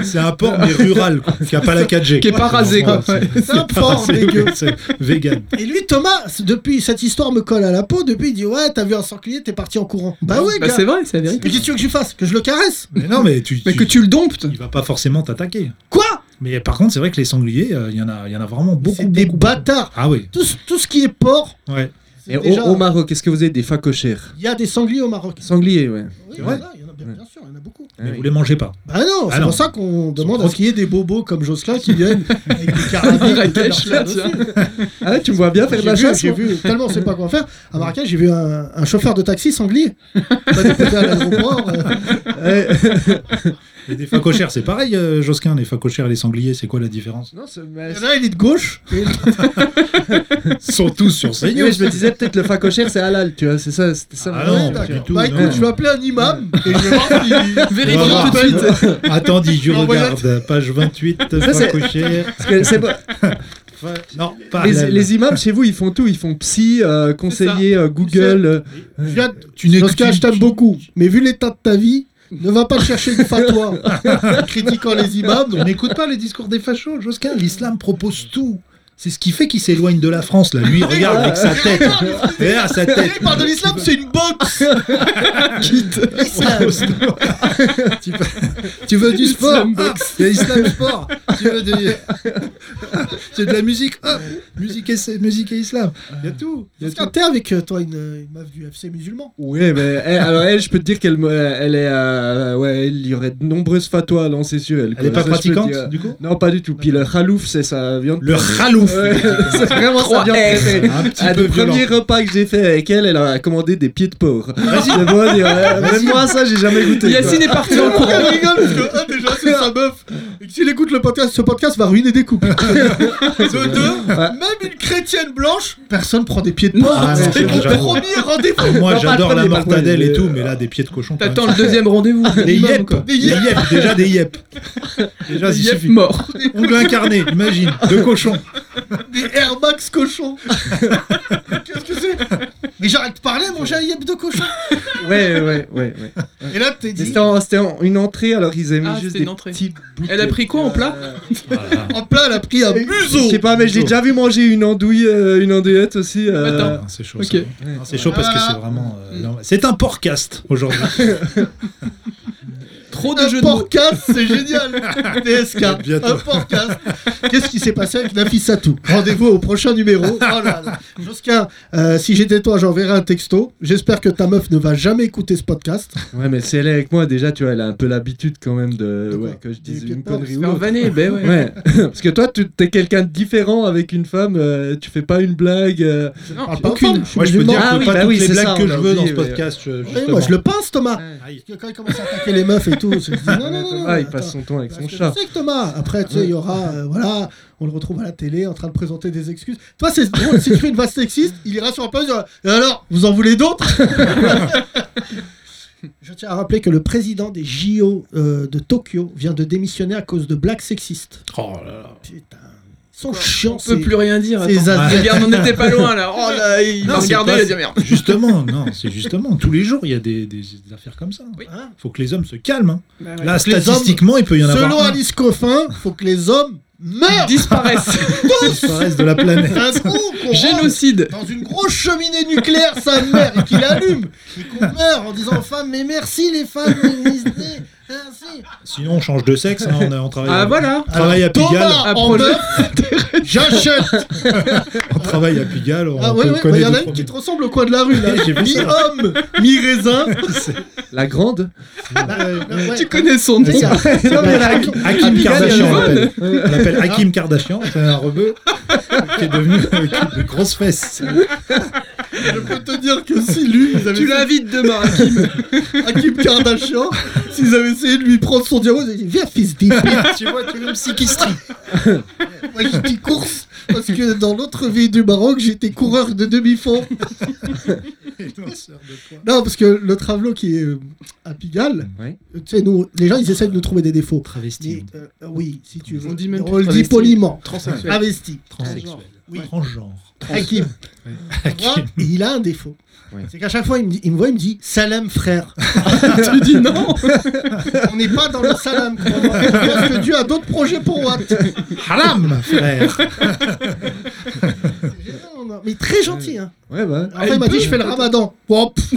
Speaker 4: C'est un port, mais rural, quoi, qui a pas la 4G.
Speaker 6: Qui est pas rasé, quoi.
Speaker 4: C'est-
Speaker 6: Ouais.
Speaker 3: C'est un
Speaker 4: pas
Speaker 3: porc,
Speaker 4: rasé,
Speaker 3: dégueu.
Speaker 4: C'est vegan.
Speaker 3: Et lui, Thomas, c- depuis cette histoire me colle à la peau, depuis, il dit, ouais, t'as vu un sanglier, t'es parti en courant. Bah ouais,
Speaker 6: Bah,
Speaker 3: gars
Speaker 6: c'est vrai, c'est la
Speaker 3: Mais
Speaker 6: vérité.
Speaker 3: qu'est-ce que tu veux que je fasse Que je le caresse
Speaker 4: Mais non, mais tu.
Speaker 6: Mais que tu le domptes.
Speaker 4: Il va pas forcément t'attaquer.
Speaker 3: Quoi
Speaker 4: Mais par contre, c'est vrai que les sangliers, euh, il y en a, il y en a vraiment beaucoup.
Speaker 3: C'est des
Speaker 4: beaucoup,
Speaker 3: bâtards
Speaker 4: beaucoup. Ah oui.
Speaker 3: tout, ce- tout ce qui est porc,
Speaker 4: Ouais.
Speaker 3: c'est
Speaker 5: Et au-
Speaker 3: déjà-
Speaker 5: au, Maroc, est-ce que vous avez des facochères
Speaker 3: il y a des sangliers au Maroc.
Speaker 5: Sangliers, ouais.
Speaker 3: Oui,
Speaker 4: C'est
Speaker 3: il y en
Speaker 4: vrai
Speaker 3: a, il y en a bien, bien sûr, il y en a beaucoup.
Speaker 5: Ah
Speaker 4: Mais
Speaker 5: oui.
Speaker 4: vous les mangez pas.
Speaker 3: Bah non,
Speaker 4: Ah
Speaker 3: c'est
Speaker 4: non.
Speaker 3: pour ça qu'on demande à
Speaker 4: trop-
Speaker 3: ce qu'il y ait des bobos comme Josselin qui viennent avec des carabines.
Speaker 6: Marrakech,
Speaker 3: et leur faire
Speaker 6: là,
Speaker 3: dessus.
Speaker 6: tiens.
Speaker 5: Ah, ouais, tu me vois bien faire de
Speaker 3: J'ai
Speaker 5: la
Speaker 3: vu-
Speaker 5: chasse
Speaker 3: J'ai
Speaker 5: moi.
Speaker 3: vu, tellement on sait pas quoi faire. À Marrakech, j'ai vu un, un chauffeur de taxi sanglier. Pas déposé à l'aéroport. euh,
Speaker 5: Ouais.
Speaker 4: Et des facochères, c'est pareil, euh, Josquin. Les facochères et les sangliers, c'est quoi la différence
Speaker 5: Non, c'est-
Speaker 3: il
Speaker 5: mais-
Speaker 3: y en a, il est de gauche. et l'autre,
Speaker 4: Ils sont tous sur
Speaker 5: Mais
Speaker 4: CNews.
Speaker 5: oui, je me disais peut-être le facochère c'est halal, tu vois, c'est ça, c'était ça.
Speaker 4: Ah
Speaker 5: ma-
Speaker 4: non,
Speaker 3: ouais,
Speaker 4: pas
Speaker 3: d'accord.
Speaker 4: du tout,
Speaker 3: Bah
Speaker 4: non.
Speaker 3: écoute, je vais appeler un imam et je vais voir s'il-
Speaker 4: On va
Speaker 6: Vérifie
Speaker 4: voir.
Speaker 6: tout de suite.
Speaker 4: Attendez, je
Speaker 3: Non, voilà.
Speaker 4: regarde. Page 28,
Speaker 5: Ça, c'est-
Speaker 4: facochères.
Speaker 5: Parce que c'est pas-
Speaker 4: fa- Non, pas
Speaker 5: les, les imams chez vous, ils font tout, ils font psy, euh, conseiller, euh, Google. euh,
Speaker 3: Je viens de-
Speaker 4: Tu n'es que
Speaker 3: Josquin,
Speaker 4: tu-
Speaker 3: je t'aime beaucoup, mais vu l'état de ta vie, ne va pas chercher une fatwa en critiquant les imams.
Speaker 4: On n'écoute pas les discours des fachos, Josquin. L'islam propose tout. C'est ce qui fait qu'il s'éloigne de la France, là. Lui, regarde avec sa tête. Regarde sa
Speaker 3: Il
Speaker 4: tête.
Speaker 3: parle de l'islam, c'est une boxe L'islam.
Speaker 4: tu, veux, tu
Speaker 5: euh,
Speaker 4: veux du sport
Speaker 6: Islam
Speaker 4: Ah, Il y a Islam sport. Tu veux de, tu veux de la musique Ah, musique, et, musique et islam. Il y a tout. Il y a
Speaker 3: Josquin,
Speaker 4: tout.
Speaker 3: t'es avec euh, toi une, une meuf du FC musulman
Speaker 5: Ouais, mais eh, alors elle, je peux te dire qu'elle me- elle est. euh, ouais, il y aurait de nombreuses fatwas, non, c'est sûr.
Speaker 4: Elle n'est pas
Speaker 5: quoi. Ça, je peux
Speaker 4: pratiquante,
Speaker 5: te dire.
Speaker 4: du coup
Speaker 5: Non, pas du tout. Puis le khalouf, c'est sa viande.
Speaker 4: Le ralouf.
Speaker 5: Ouais, c'est vraiment sa
Speaker 6: Trois
Speaker 5: viande
Speaker 6: R.
Speaker 5: préférée.
Speaker 4: Un petit
Speaker 5: À
Speaker 4: peu Ah,
Speaker 5: le premier
Speaker 4: violent.
Speaker 5: repas que j'ai fait avec elle, elle a commandé des pieds de porc. C'est bon, dire, ouais, Même moi, ça, j'ai jamais goûté. quoi.
Speaker 6: Yacine est parti en courant.
Speaker 3: Elle rigole parce que, un, déjà, c'est sa meuf. Et que s'il écoute le podcast, ce podcast va ruiner des couples. de deux, même une chrétienne blanche, personne prend des pieds de porc.
Speaker 4: Ah, non,
Speaker 3: c'est
Speaker 4: c'est
Speaker 3: le
Speaker 4: vrai,
Speaker 3: premier rendez-vous.
Speaker 4: Moi,
Speaker 5: Non, pas
Speaker 4: j'adore
Speaker 5: le
Speaker 4: la
Speaker 5: premier, par
Speaker 4: mortadelle
Speaker 5: contre,
Speaker 4: et tout,
Speaker 5: mais-
Speaker 4: mais là, des pieds de cochon. quand même.
Speaker 6: T'attends le deuxième rendez-vous.
Speaker 4: Des
Speaker 6: Imam,
Speaker 4: yep,
Speaker 6: quoi.
Speaker 4: des yep, déjà des yep. Déjà,
Speaker 6: Des
Speaker 4: il
Speaker 6: yep
Speaker 4: suffit.
Speaker 6: morts.
Speaker 4: Ongle incarné, imagine, de cochon.
Speaker 3: Des Air Max cochons. Qu'est-ce que c'est Mais j'arrête de parler, mon chat yep de cochon.
Speaker 5: Ouais, ouais, ouais. ouais.
Speaker 3: Et là, t'es
Speaker 5: Mais
Speaker 3: dit,
Speaker 5: C'était en- c'était en- une entrée, alors ils avaient mis
Speaker 6: Ah,
Speaker 5: juste
Speaker 6: c'était
Speaker 5: des Euh,
Speaker 6: une entrée.
Speaker 5: petits bouts
Speaker 6: Elle a
Speaker 5: de-
Speaker 6: pris quoi en plat
Speaker 4: Ah,
Speaker 3: en plat, elle a pris un
Speaker 5: Je
Speaker 3: museau.
Speaker 5: sais pas, mais j'ai déjà vu manger une andouille, euh, une andouillette aussi. euh,
Speaker 6: Attends.
Speaker 4: C'est chaud.
Speaker 6: Ok.
Speaker 4: ça. Non, C'est chaud parce que c'est vraiment. euh, non, C'est un podcast aujourd'hui.
Speaker 6: Trop de
Speaker 3: Un
Speaker 6: jeux de mots.
Speaker 3: podcast, c'est génial. TSK,
Speaker 4: À bientôt.
Speaker 3: un podcast. Qu'est-ce qui s'est passé avec Nafis Satou Rendez-vous au prochain numéro. Oh là là. Josquin, euh, si j'étais toi, j'enverrais un texto. J'espère que ta meuf ne va jamais écouter ce podcast.
Speaker 5: Ouais, mais si elle est avec moi, déjà, tu vois, elle a un peu l'habitude quand même de.
Speaker 3: De quoi
Speaker 5: ouais, que je
Speaker 3: Des
Speaker 5: dise
Speaker 3: pieds de
Speaker 5: une
Speaker 4: Euh,
Speaker 3: porc,
Speaker 5: connerie ou
Speaker 6: Faire
Speaker 5: autre.
Speaker 6: vanner, ben ouais.
Speaker 5: Ouais, parce que toi, tu t'es quelqu'un de différent avec une femme, euh, tu fais pas une blague. euh,
Speaker 6: Non,
Speaker 3: Parle pas
Speaker 6: aucune.
Speaker 3: ensemble, suis
Speaker 4: Moi, je peux
Speaker 3: musulman.
Speaker 4: dire
Speaker 5: Ah
Speaker 4: que
Speaker 5: oui,
Speaker 4: pas
Speaker 5: bah
Speaker 4: toutes
Speaker 5: oui,
Speaker 4: les
Speaker 5: c'est
Speaker 4: blagues
Speaker 5: ça,
Speaker 4: que
Speaker 5: on
Speaker 4: je
Speaker 5: l'a
Speaker 4: veux dans ce
Speaker 5: oublié, ouais.
Speaker 4: podcast. je-
Speaker 3: Ouais,
Speaker 4: justement.
Speaker 3: moi, je le pince, Thomas.
Speaker 5: Aïe.
Speaker 3: Parce que Quand il commence à attaquer les meufs et tout, je me dis, non, non, non, non,
Speaker 5: Ah, il
Speaker 3: attends.
Speaker 5: passe son temps avec
Speaker 3: Parce
Speaker 5: son
Speaker 3: que tu
Speaker 5: chat.
Speaker 3: sais que Bah, Thomas, après, tu sais, il y aura, euh, voilà, on le retrouve à la télé en train de présenter des excuses. Toi, c'est drôle, si tu fais une vaste sexiste, il ira sur un poste, il dira, et alors, vous en voulez d'autres Je tiens à rappeler que le président des JO euh, de Tokyo vient de démissionner à cause de blagues sexistes.
Speaker 4: Oh là là.
Speaker 3: Putain. Ils sont chiants,
Speaker 6: On peut
Speaker 3: ces-
Speaker 6: plus rien dire.
Speaker 3: ces
Speaker 6: attends.
Speaker 3: Asiatiques.
Speaker 6: Regarde, on n'était pas loin là. Oh là, il
Speaker 4: Non,
Speaker 6: m'a
Speaker 4: c'est
Speaker 6: regardé,
Speaker 4: pas-
Speaker 6: il a dit merde.
Speaker 4: Justement, non, c'est justement. Tous les jours, il y a des, des- des affaires comme ça.
Speaker 6: Oui.
Speaker 3: Hein
Speaker 4: Faut que les hommes se calment. hein.
Speaker 6: Bah, ouais.
Speaker 4: Là,
Speaker 3: les hommes-
Speaker 4: statistiquement, il peut y en
Speaker 3: Selon
Speaker 4: avoir un
Speaker 3: Alice Coffin, faut que les hommes meurent
Speaker 6: Ah Disparaissent.
Speaker 3: tous
Speaker 4: qui reste de la planète.
Speaker 3: Un trou qu'on rentre
Speaker 6: Génocide.
Speaker 3: dans une grosse cheminée nucléaire, sa mère, et qu'il allume, et qu'on meurt en disant aux femmes, mais merci les femmes, féministées, merci.
Speaker 4: Sinon, on change de sexe. hein, on, a- on travaille,
Speaker 6: Ah
Speaker 4: à-
Speaker 6: voilà.
Speaker 4: on travaille à Pigalle.
Speaker 3: Thomas,
Speaker 6: Un
Speaker 3: en
Speaker 6: projet.
Speaker 3: meuf, j'achète.
Speaker 4: On travaille à Pigalle. On
Speaker 3: Ah oui,
Speaker 4: peut
Speaker 3: oui, il y
Speaker 4: connaître
Speaker 3: en a
Speaker 4: des
Speaker 3: une qui te
Speaker 4: problèmes.
Speaker 3: ressemble au coin de la rue, là.
Speaker 4: J'ai vu ça.
Speaker 3: Mi-homme, mi-raisin.
Speaker 5: La grande
Speaker 3: Bah, euh, bah, ouais.
Speaker 6: Tu connais son nom.
Speaker 3: Mais c'est- c'est
Speaker 4: Non, mais elle a-
Speaker 3: pas-
Speaker 4: Hakim
Speaker 6: Pigalle, il y
Speaker 4: Kardashian, on
Speaker 6: a une
Speaker 4: l'appelle. On l'appelle Hakim Kardashian, c'est un rebeu qui est devenu euh, qui a de grosses fesses.
Speaker 3: Je peux te dire que si lui, ils avaient
Speaker 6: Tu l'invites demain,
Speaker 4: Ah,
Speaker 6: Hakim.
Speaker 3: Hakim Kardashian, s'ils avaient essayé de lui prendre son diamant, ils avaient dit Viens, fils d'Ip Tu vois, tu veux me psychistrie. Moi, je dis course parce que dans l'autre vie du Maroc, j'étais coureur de demi-fond. Non, parce que le travelot qui est euh, à Pigalle,
Speaker 5: Ouais.
Speaker 3: euh, tu sais, nous, les gens, ils essaient de nous trouver des défauts.
Speaker 4: Travesti,
Speaker 3: Mais, euh, euh, oui, si tu veux.
Speaker 6: On dit même
Speaker 3: On le dit
Speaker 6: travesti.
Speaker 3: poliment.
Speaker 6: Transsexuel.
Speaker 4: Ah,
Speaker 3: Travesti.
Speaker 4: transsexuel,
Speaker 3: Oui.
Speaker 4: transgenre.
Speaker 3: Hakim. Moi, il a un défaut.
Speaker 5: Ouais.
Speaker 3: C'est qu'à chaque fois, il me, dit- il me voit, il me dit Salam, frère.
Speaker 6: tu dis non.
Speaker 3: On n'est pas dans le salam. crois-moi. Je pense que Dieu a d'autres projets pour Watt.
Speaker 4: Haram, frère.
Speaker 3: Mais très gentil. Hein.
Speaker 5: Ouais, bah.
Speaker 3: Après, il m'a
Speaker 6: Ah,
Speaker 3: dit Je fais le ramadan. Bon, pff,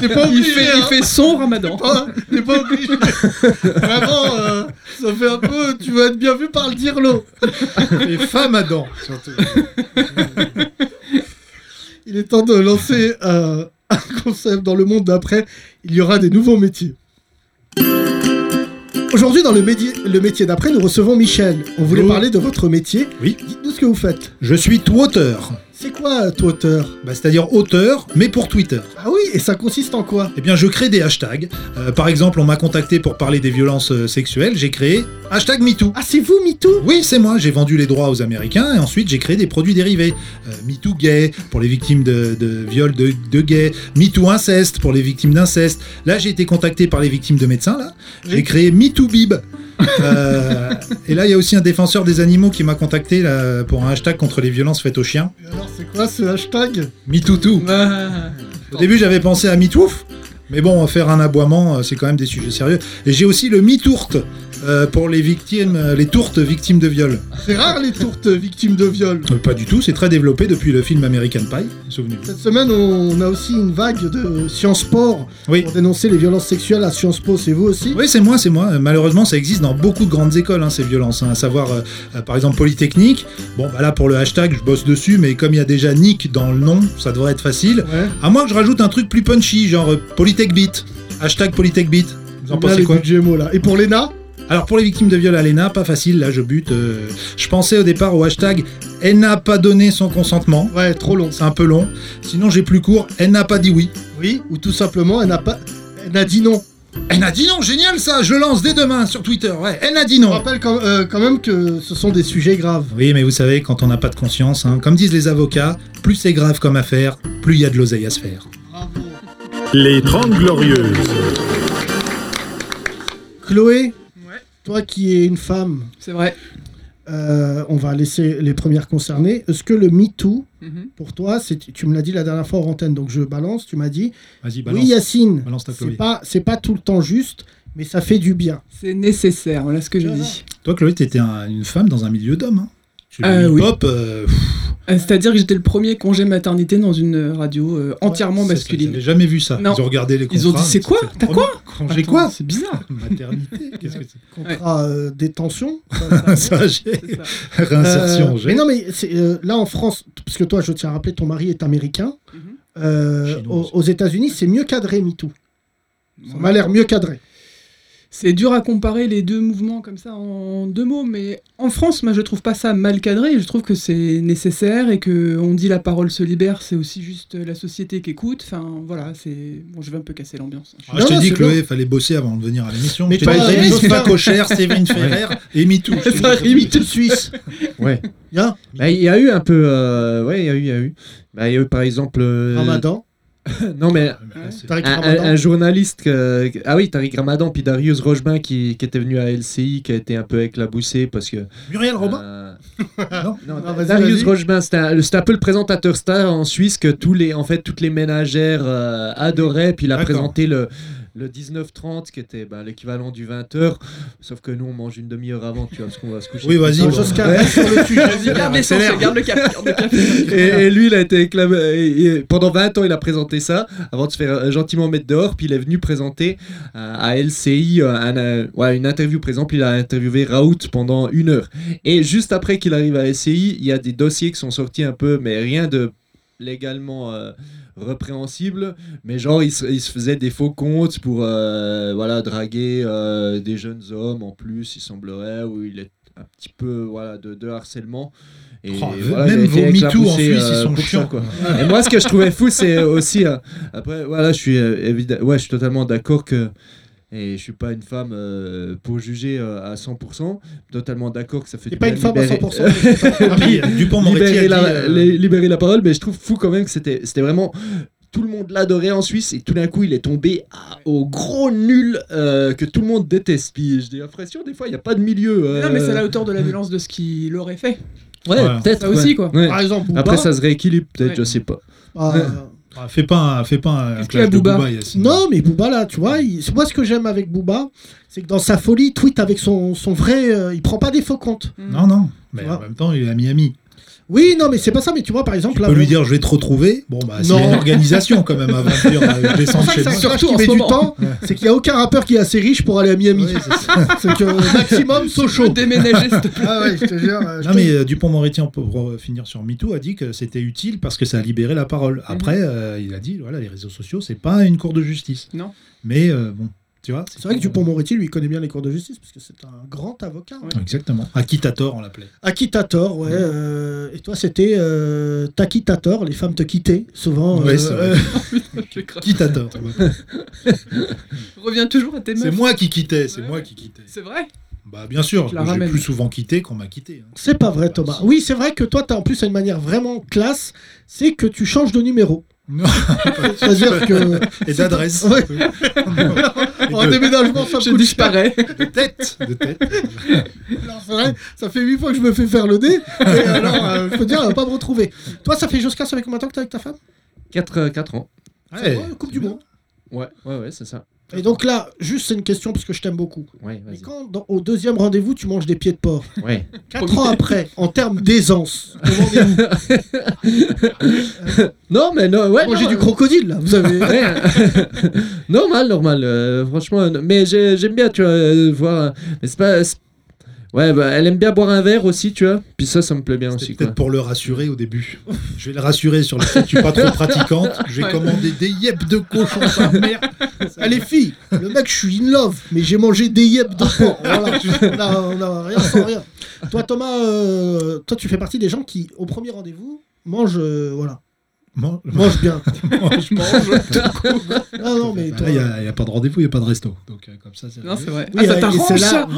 Speaker 6: T'es pas obligé. hein. Il fait, il fait son ramadan.
Speaker 3: hein, t'es pas obligé. Vraiment, euh, ça fait un peu. Tu vas être bien vu par le dirlo.
Speaker 4: Et femme à dents.
Speaker 3: Il est temps de lancer euh, un concept dans le monde d'après. Il y aura des nouveaux métiers. Aujourd'hui, dans le, médi- le métier d'après, nous recevons Michel. On voulait
Speaker 4: Hello.
Speaker 3: parler de votre métier.
Speaker 4: Oui.
Speaker 3: Dites-nous ce que vous faites.
Speaker 4: Je suis Twitter,
Speaker 3: C'est quoi, euh, toi, auteur
Speaker 4: bah, c'est-à-dire auteur, mais pour Twitter.
Speaker 3: Ah oui, et ça consiste en quoi
Speaker 4: Eh bien, je crée des hashtags. Euh, par exemple, on m'a contacté pour parler des violences euh, sexuelles. J'ai créé hashtag MeToo.
Speaker 3: Ah, c'est vous, MeToo
Speaker 4: Oui, c'est moi, j'ai vendu les droits aux Américains et ensuite j'ai créé des produits dérivés. Euh, MeToo gay pour les victimes de, de viols de, de gays, MeToo inceste pour les victimes d'inceste. Là, j'ai été contacté par les victimes de médecins, là. J'ai créé MeToo bib. Euh, et là, il y a aussi un défenseur des animaux qui m'a contacté là, pour un hashtag contre les violences faites aux chiens.
Speaker 3: Et Alors, c'est quoi ce hashtag
Speaker 4: MeTooToo.
Speaker 6: Bah,
Speaker 4: Au début, j'avais pensé à MeToof, mais bon, faire un aboiement, euh, c'est quand même des sujets sérieux. Et j'ai aussi le MeTourte euh, pour les victimes, euh, les tourtes victimes de viols.
Speaker 3: C'est rare les tourtes victimes de viol.
Speaker 4: Euh, Pas du tout, c'est très développé depuis le film American Pie, souvenez-vous.
Speaker 3: Cette semaine, on a aussi une vague de Sciences Po
Speaker 4: Oui.
Speaker 3: pour dénoncer les violences sexuelles à Sciences Po, c'est vous aussi
Speaker 4: Oui, c'est moi, c'est moi. Euh, Malheureusement, ça existe dans beaucoup de grandes écoles, hein, ces violences. hein, à savoir, euh, euh, par exemple, Polytechnique. Bon, bah là, pour le hashtag, je bosse dessus, mais comme il y a déjà Nick dans le nom, ça devrait être facile.
Speaker 3: Ouais.
Speaker 4: À moins que je rajoute un truc plus punchy, genre euh, Polytech Beat. Hashtag Polytech Beat. Vous en
Speaker 3: Bien
Speaker 4: pensez
Speaker 3: les
Speaker 4: quoi
Speaker 3: budgets mots, là. Et pour l'ENA
Speaker 4: Alors pour les victimes de viol à l'ENA, pas facile, là je bute. euh, je pensais au départ au hashtag Elle n'a pas donné son consentement.
Speaker 3: Ouais, trop long.
Speaker 4: C'est un peu long. Sinon j'ai plus court, elle n'a pas dit oui.
Speaker 3: Oui, ou tout simplement, elle n'a pas... Elle n'a dit non.
Speaker 4: Elle n'a dit non, génial ça, je le lance dès demain sur Twitter, ouais, elle n'a dit
Speaker 3: On
Speaker 4: non.
Speaker 3: rappelle quand, euh, quand même que ce sont des sujets graves.
Speaker 4: Oui mais vous savez, quand on n'a pas de conscience, hein, comme disent les avocats, plus c'est grave comme affaire, plus il y a de l'oseille à se faire.
Speaker 7: Les 30 Glorieuses.
Speaker 3: Chloé,
Speaker 6: Ouais.
Speaker 3: toi qui es une femme,
Speaker 6: c'est vrai.
Speaker 3: euh, on va laisser les premières concernées. Est-ce que le MeToo,
Speaker 6: Mhm.
Speaker 3: pour toi, c'est- tu me l'as dit la dernière fois en antenne, donc je balance, tu m'as dit,
Speaker 4: Vas-y,
Speaker 3: oui Yacine,
Speaker 4: Balance ta Chloé.
Speaker 3: c'est pas, c'est pas tout le temps juste, mais ça fait du bien.
Speaker 6: C'est nécessaire, voilà ce que j'ai dit.
Speaker 4: Toi Chloé, t'étais un- une femme dans un milieu d'hommes. Hein. Chez le
Speaker 6: Euh, oui.
Speaker 4: hip-hop, euh, pff,
Speaker 6: Euh, C'est-à-dire que j'étais le premier congé maternité dans une euh, radio euh, entièrement
Speaker 4: ça, ça,
Speaker 6: masculine.
Speaker 4: J'avais jamais vu ça.
Speaker 6: Non.
Speaker 4: Ils ont regardé les
Speaker 6: Ils ont dit
Speaker 4: contrats,
Speaker 6: c'est quoi
Speaker 4: c'était le
Speaker 6: T'as quoi
Speaker 4: premier congé
Speaker 6: Attends,
Speaker 4: quoi
Speaker 6: C'est bizarre.
Speaker 4: Ah, Maternité Qu'est-ce que c'est
Speaker 3: Contrat euh, détention.
Speaker 4: Ça, j'ai-
Speaker 6: C'est ça.
Speaker 4: Réinsertion,
Speaker 3: Euh,
Speaker 4: j'ai.
Speaker 3: mais non, mais c'est, euh, là en France, parce que toi, je tiens à rappeler, ton mari est américain.
Speaker 6: Mhm.
Speaker 3: Euh,
Speaker 4: Chinois
Speaker 3: aux,
Speaker 4: aussi.
Speaker 3: aux États-Unis, c'est mieux cadré MeToo. Ça
Speaker 6: Ouais.
Speaker 3: m'a l'air mieux cadré.
Speaker 6: C'est dur à comparer les deux mouvements comme ça en deux mots, mais en France, moi, je trouve pas ça mal cadré. Je trouve que c'est nécessaire et que on dit la parole se libère, c'est aussi juste la société qui écoute. Enfin, voilà, c'est bon. Je vais un peu casser l'ambiance.
Speaker 4: Ah, je
Speaker 3: Non,
Speaker 4: t'ai
Speaker 3: non,
Speaker 4: dit,
Speaker 3: c'est
Speaker 4: Chloé, il fallait bosser avant de venir à l'émission.
Speaker 3: Mais
Speaker 4: Je t'ai
Speaker 3: t'as
Speaker 4: dit,
Speaker 3: raison,
Speaker 4: Rémi
Speaker 3: c'est
Speaker 4: Spa
Speaker 3: pas-
Speaker 4: Cochère, Séverine Ferrer et MeToo. Je t'ai dit,
Speaker 3: MeToo suisse.
Speaker 5: Ouais.
Speaker 3: Bien.
Speaker 5: Bah, Il y a eu un peu. euh, Ouais, il y a eu, il y a eu. Bah, il y a eu par exemple. euh,
Speaker 3: Ramadan.
Speaker 5: non, mais
Speaker 4: Là, c'est-
Speaker 3: Tariq
Speaker 5: un,
Speaker 3: Ramadan.
Speaker 5: un- un journaliste. que- que- ah oui, Tariq Ramadan, puis Darius Rochebin qui, qui était venu à LCI, qui a été un peu éclaboussé parce que.
Speaker 4: Muriel Robin
Speaker 5: euh,
Speaker 4: Non.
Speaker 5: non,
Speaker 3: Non, vas-y,
Speaker 5: Darius
Speaker 3: vas-y.
Speaker 5: Rochebin, c'était un, c'était un peu le présentateur star en Suisse que tous les, en fait, toutes les ménagères euh, adoraient. Puis il a
Speaker 4: D'accord.
Speaker 5: présenté le, le 19-30, qui était ben, l'équivalent du 20h. Sauf que nous, on mange une demi-heure avant, tu vois, parce qu'on va se coucher.
Speaker 4: Oui, vas-y.
Speaker 5: plus
Speaker 3: Non,
Speaker 5: tôt.
Speaker 4: bon.
Speaker 3: Josquin, reste sur le sujet.
Speaker 6: Vas-y, garde l'essentiel, garde le cap. garde le cap.
Speaker 5: et, et lui, il a été éclamé. et- et pendant 20 ans, il a présenté ça avant de se faire euh, gentiment mettre dehors. Puis il est venu présenter euh, à LCI euh, un, euh, ouais, une interview. Par exemple, il a interviewé Raoult pendant une heure. Et juste après qu'il arrive à LCI, il y a des dossiers qui sont sortis un peu, mais rien de légalement. euh, repréhensible, mais genre il se, il se faisait des faux comptes pour euh, voilà draguer euh, des jeunes hommes en plus, il semblerait, ou il est un petit peu voilà de, de harcèlement. Et
Speaker 4: Oh,
Speaker 5: voilà, il a
Speaker 4: même
Speaker 5: été
Speaker 4: vos MeToo en
Speaker 5: éclaboussé,
Speaker 4: Suisse, ils
Speaker 5: euh,
Speaker 4: sont
Speaker 5: pour ça,
Speaker 4: chiants.
Speaker 5: quoi. Et moi, ce que je trouvais fou, c'est aussi euh, après voilà, je suis euh, évidemment, ouais, je suis totalement d'accord que et je suis pas une femme euh, pour juger euh, à 100%, totalement d'accord que ça fait
Speaker 3: T'es
Speaker 5: du
Speaker 3: pas
Speaker 5: bien
Speaker 3: une femme à
Speaker 5: libérer-
Speaker 3: 100%. mais c'est pas grave.
Speaker 4: Puis, Ah Dupont-Moretti a
Speaker 5: libérer,
Speaker 4: dit,
Speaker 5: la,
Speaker 4: euh,
Speaker 5: les- libérer la parole, mais je trouve fou quand même que c'était c'était vraiment. Tout le monde l'adorait en Suisse et tout d'un coup il est tombé à- au gros nul euh, que tout le monde déteste. Puis j'ai l'impression des fois il n'y a pas de milieu. euh,
Speaker 6: Non, mais c'est à la hauteur de la violence de ce qu'il aurait fait.
Speaker 5: Ouais,
Speaker 4: Voilà.
Speaker 5: peut-être.
Speaker 6: Ça aussi, quoi.
Speaker 5: Ouais.
Speaker 3: Par exemple, Booba.
Speaker 5: Après ça se rééquilibre peut-être,
Speaker 6: Ah, Ouais.
Speaker 5: je sais pas.
Speaker 3: Ah, euh,
Speaker 4: Ah, Fais pas un, fais pas un
Speaker 6: Qu'est-ce qu'il y a,
Speaker 4: clash de
Speaker 6: Booba
Speaker 4: Booba, Yacine.
Speaker 3: Non, mais Booba, là, tu vois, il- moi, ce que j'aime avec Booba, c'est que dans sa folie, il tweet avec son, son vrai. euh, il prend pas des faux comptes.
Speaker 4: Non, non. Mais
Speaker 3: Tu vois.
Speaker 4: en même temps, il est à Miami.
Speaker 3: Oui, non, mais c'est pas ça, mais tu vois, par exemple.
Speaker 4: Tu
Speaker 3: là,
Speaker 4: peux lui
Speaker 3: bon,
Speaker 4: dire, je vais te retrouver. Bon, bah, c'est
Speaker 3: Non.
Speaker 4: une organisation quand même avant de dire, euh, je
Speaker 3: C'est
Speaker 4: descends
Speaker 3: pour
Speaker 4: de
Speaker 3: ça que
Speaker 4: chez
Speaker 3: ça
Speaker 4: moi.
Speaker 3: crache
Speaker 6: Surtout
Speaker 3: qui
Speaker 6: en
Speaker 3: met
Speaker 6: ce
Speaker 3: du
Speaker 6: moment.
Speaker 3: temps, c'est qu'il n'y a aucun rappeur qui est assez riche pour aller à Miami.
Speaker 4: Ouais, c'est ça.
Speaker 3: c'est que euh, maximum
Speaker 6: Faut
Speaker 3: Sochaux.
Speaker 6: déménager, s'il te plaît.
Speaker 3: Ah ouais, je te jure. euh, je
Speaker 4: Non
Speaker 3: te-
Speaker 4: mais euh, Dupont-Moretti, on peut- pour euh, finir sur MeToo, a dit que c'était utile parce que ça a libéré la parole.
Speaker 3: Mhm.
Speaker 4: Après, euh, il a dit, voilà, les réseaux sociaux, c'est pas une cour de justice.
Speaker 6: Non.
Speaker 4: Mais euh, bon, tu vois.
Speaker 3: C'est vrai que Dupont-Moretti, lui, il connaît bien les cours de justice, parce que c'est un grand avocat. hein.
Speaker 4: Exactement. Akitator, on l'appelait.
Speaker 3: Akitator, ouais. euh, et toi, c'était euh, Takitator, les femmes te quittaient, souvent.
Speaker 4: Ouais,
Speaker 3: euh,
Speaker 4: c'est vrai.
Speaker 3: euh,
Speaker 6: Je crache.
Speaker 4: Akitator.
Speaker 6: Reviens toujours à tes
Speaker 4: c'est
Speaker 6: meufs.
Speaker 4: moi qui quittais, c'est
Speaker 6: Ouais.
Speaker 4: moi qui quittais.
Speaker 6: C'est vrai
Speaker 4: Bah bien sûr,
Speaker 6: Je la
Speaker 4: j'ai
Speaker 6: ramène.
Speaker 4: plus souvent quitté qu'on m'a quitté. hein.
Speaker 3: C'est pas vrai, Thomas. Oui, c'est vrai que toi, t'as en plus une manière vraiment classe, c'est que tu changes de numéro.
Speaker 4: Non.
Speaker 3: C'est-à-dire que
Speaker 4: Et d'adresse.
Speaker 3: Ouais. en
Speaker 4: Et de,
Speaker 3: déménagement, ça me
Speaker 6: Je
Speaker 3: coûte
Speaker 6: disparais.
Speaker 4: de tête. De tête.
Speaker 3: cher. Alors, c'est vrai, ça fait huit fois que je me fais faire le dé. Et alors, euh, je peux dire, elle va pas me retrouver. Toi, ça fait jusqu'à ça fait combien de temps que t'es avec ta femme
Speaker 5: 4, euh, ans.
Speaker 4: Ouais.
Speaker 3: Ouais, Coupe du monde.
Speaker 5: Ouais, ouais, ouais, c'est ça.
Speaker 3: Et donc là, juste c'est une question parce que je t'aime beaucoup.
Speaker 5: Ouais,
Speaker 3: Mais
Speaker 5: vas-y.
Speaker 3: quand dans- au deuxième rendez-vous, tu manges des pieds de porc,
Speaker 5: Ouais.
Speaker 3: quatre ans après, en termes d'aisance, au rendez-vous,
Speaker 5: Non, mais non, ouais.
Speaker 3: manger
Speaker 5: non,
Speaker 3: du
Speaker 5: euh,
Speaker 3: crocodile, là, vous avez.
Speaker 5: Ouais. normal, normal. euh, franchement, euh, mais j'ai- j'aime bien, tu vois, euh, voir. euh, mais c'est pas. c'est- Ouais, bah, elle aime bien boire un verre aussi, tu vois. Puis ça, ça me plaît bien
Speaker 4: C'est
Speaker 5: aussi, quoi.
Speaker 4: peut-être pour le rassurer au début. Je vais le rassurer sur le fait que je suis pas trop pratiquante. Je vais
Speaker 6: Ouais.
Speaker 4: commander des yep de cochon par mer.
Speaker 3: Allez filles, le mec je suis in love, mais j'ai mangé des yep de porc. Voilà, on a- on a rien sans rien. Toi Thomas, euh, toi tu fais partie des gens qui au premier rendez-vous mangent, euh, voilà,
Speaker 4: Mange-
Speaker 3: mangent bien.
Speaker 4: mange-
Speaker 3: Ah non mais
Speaker 4: Bah
Speaker 3: toi,
Speaker 4: là, il n'y a, pas de rendez-vous, il n'y a pas de resto. Donc, euh, comme ça, c'est
Speaker 6: Non, c'est vrai.
Speaker 3: oui,
Speaker 6: ah, ça
Speaker 3: et
Speaker 6: t'arrange
Speaker 3: c'est là-
Speaker 6: ça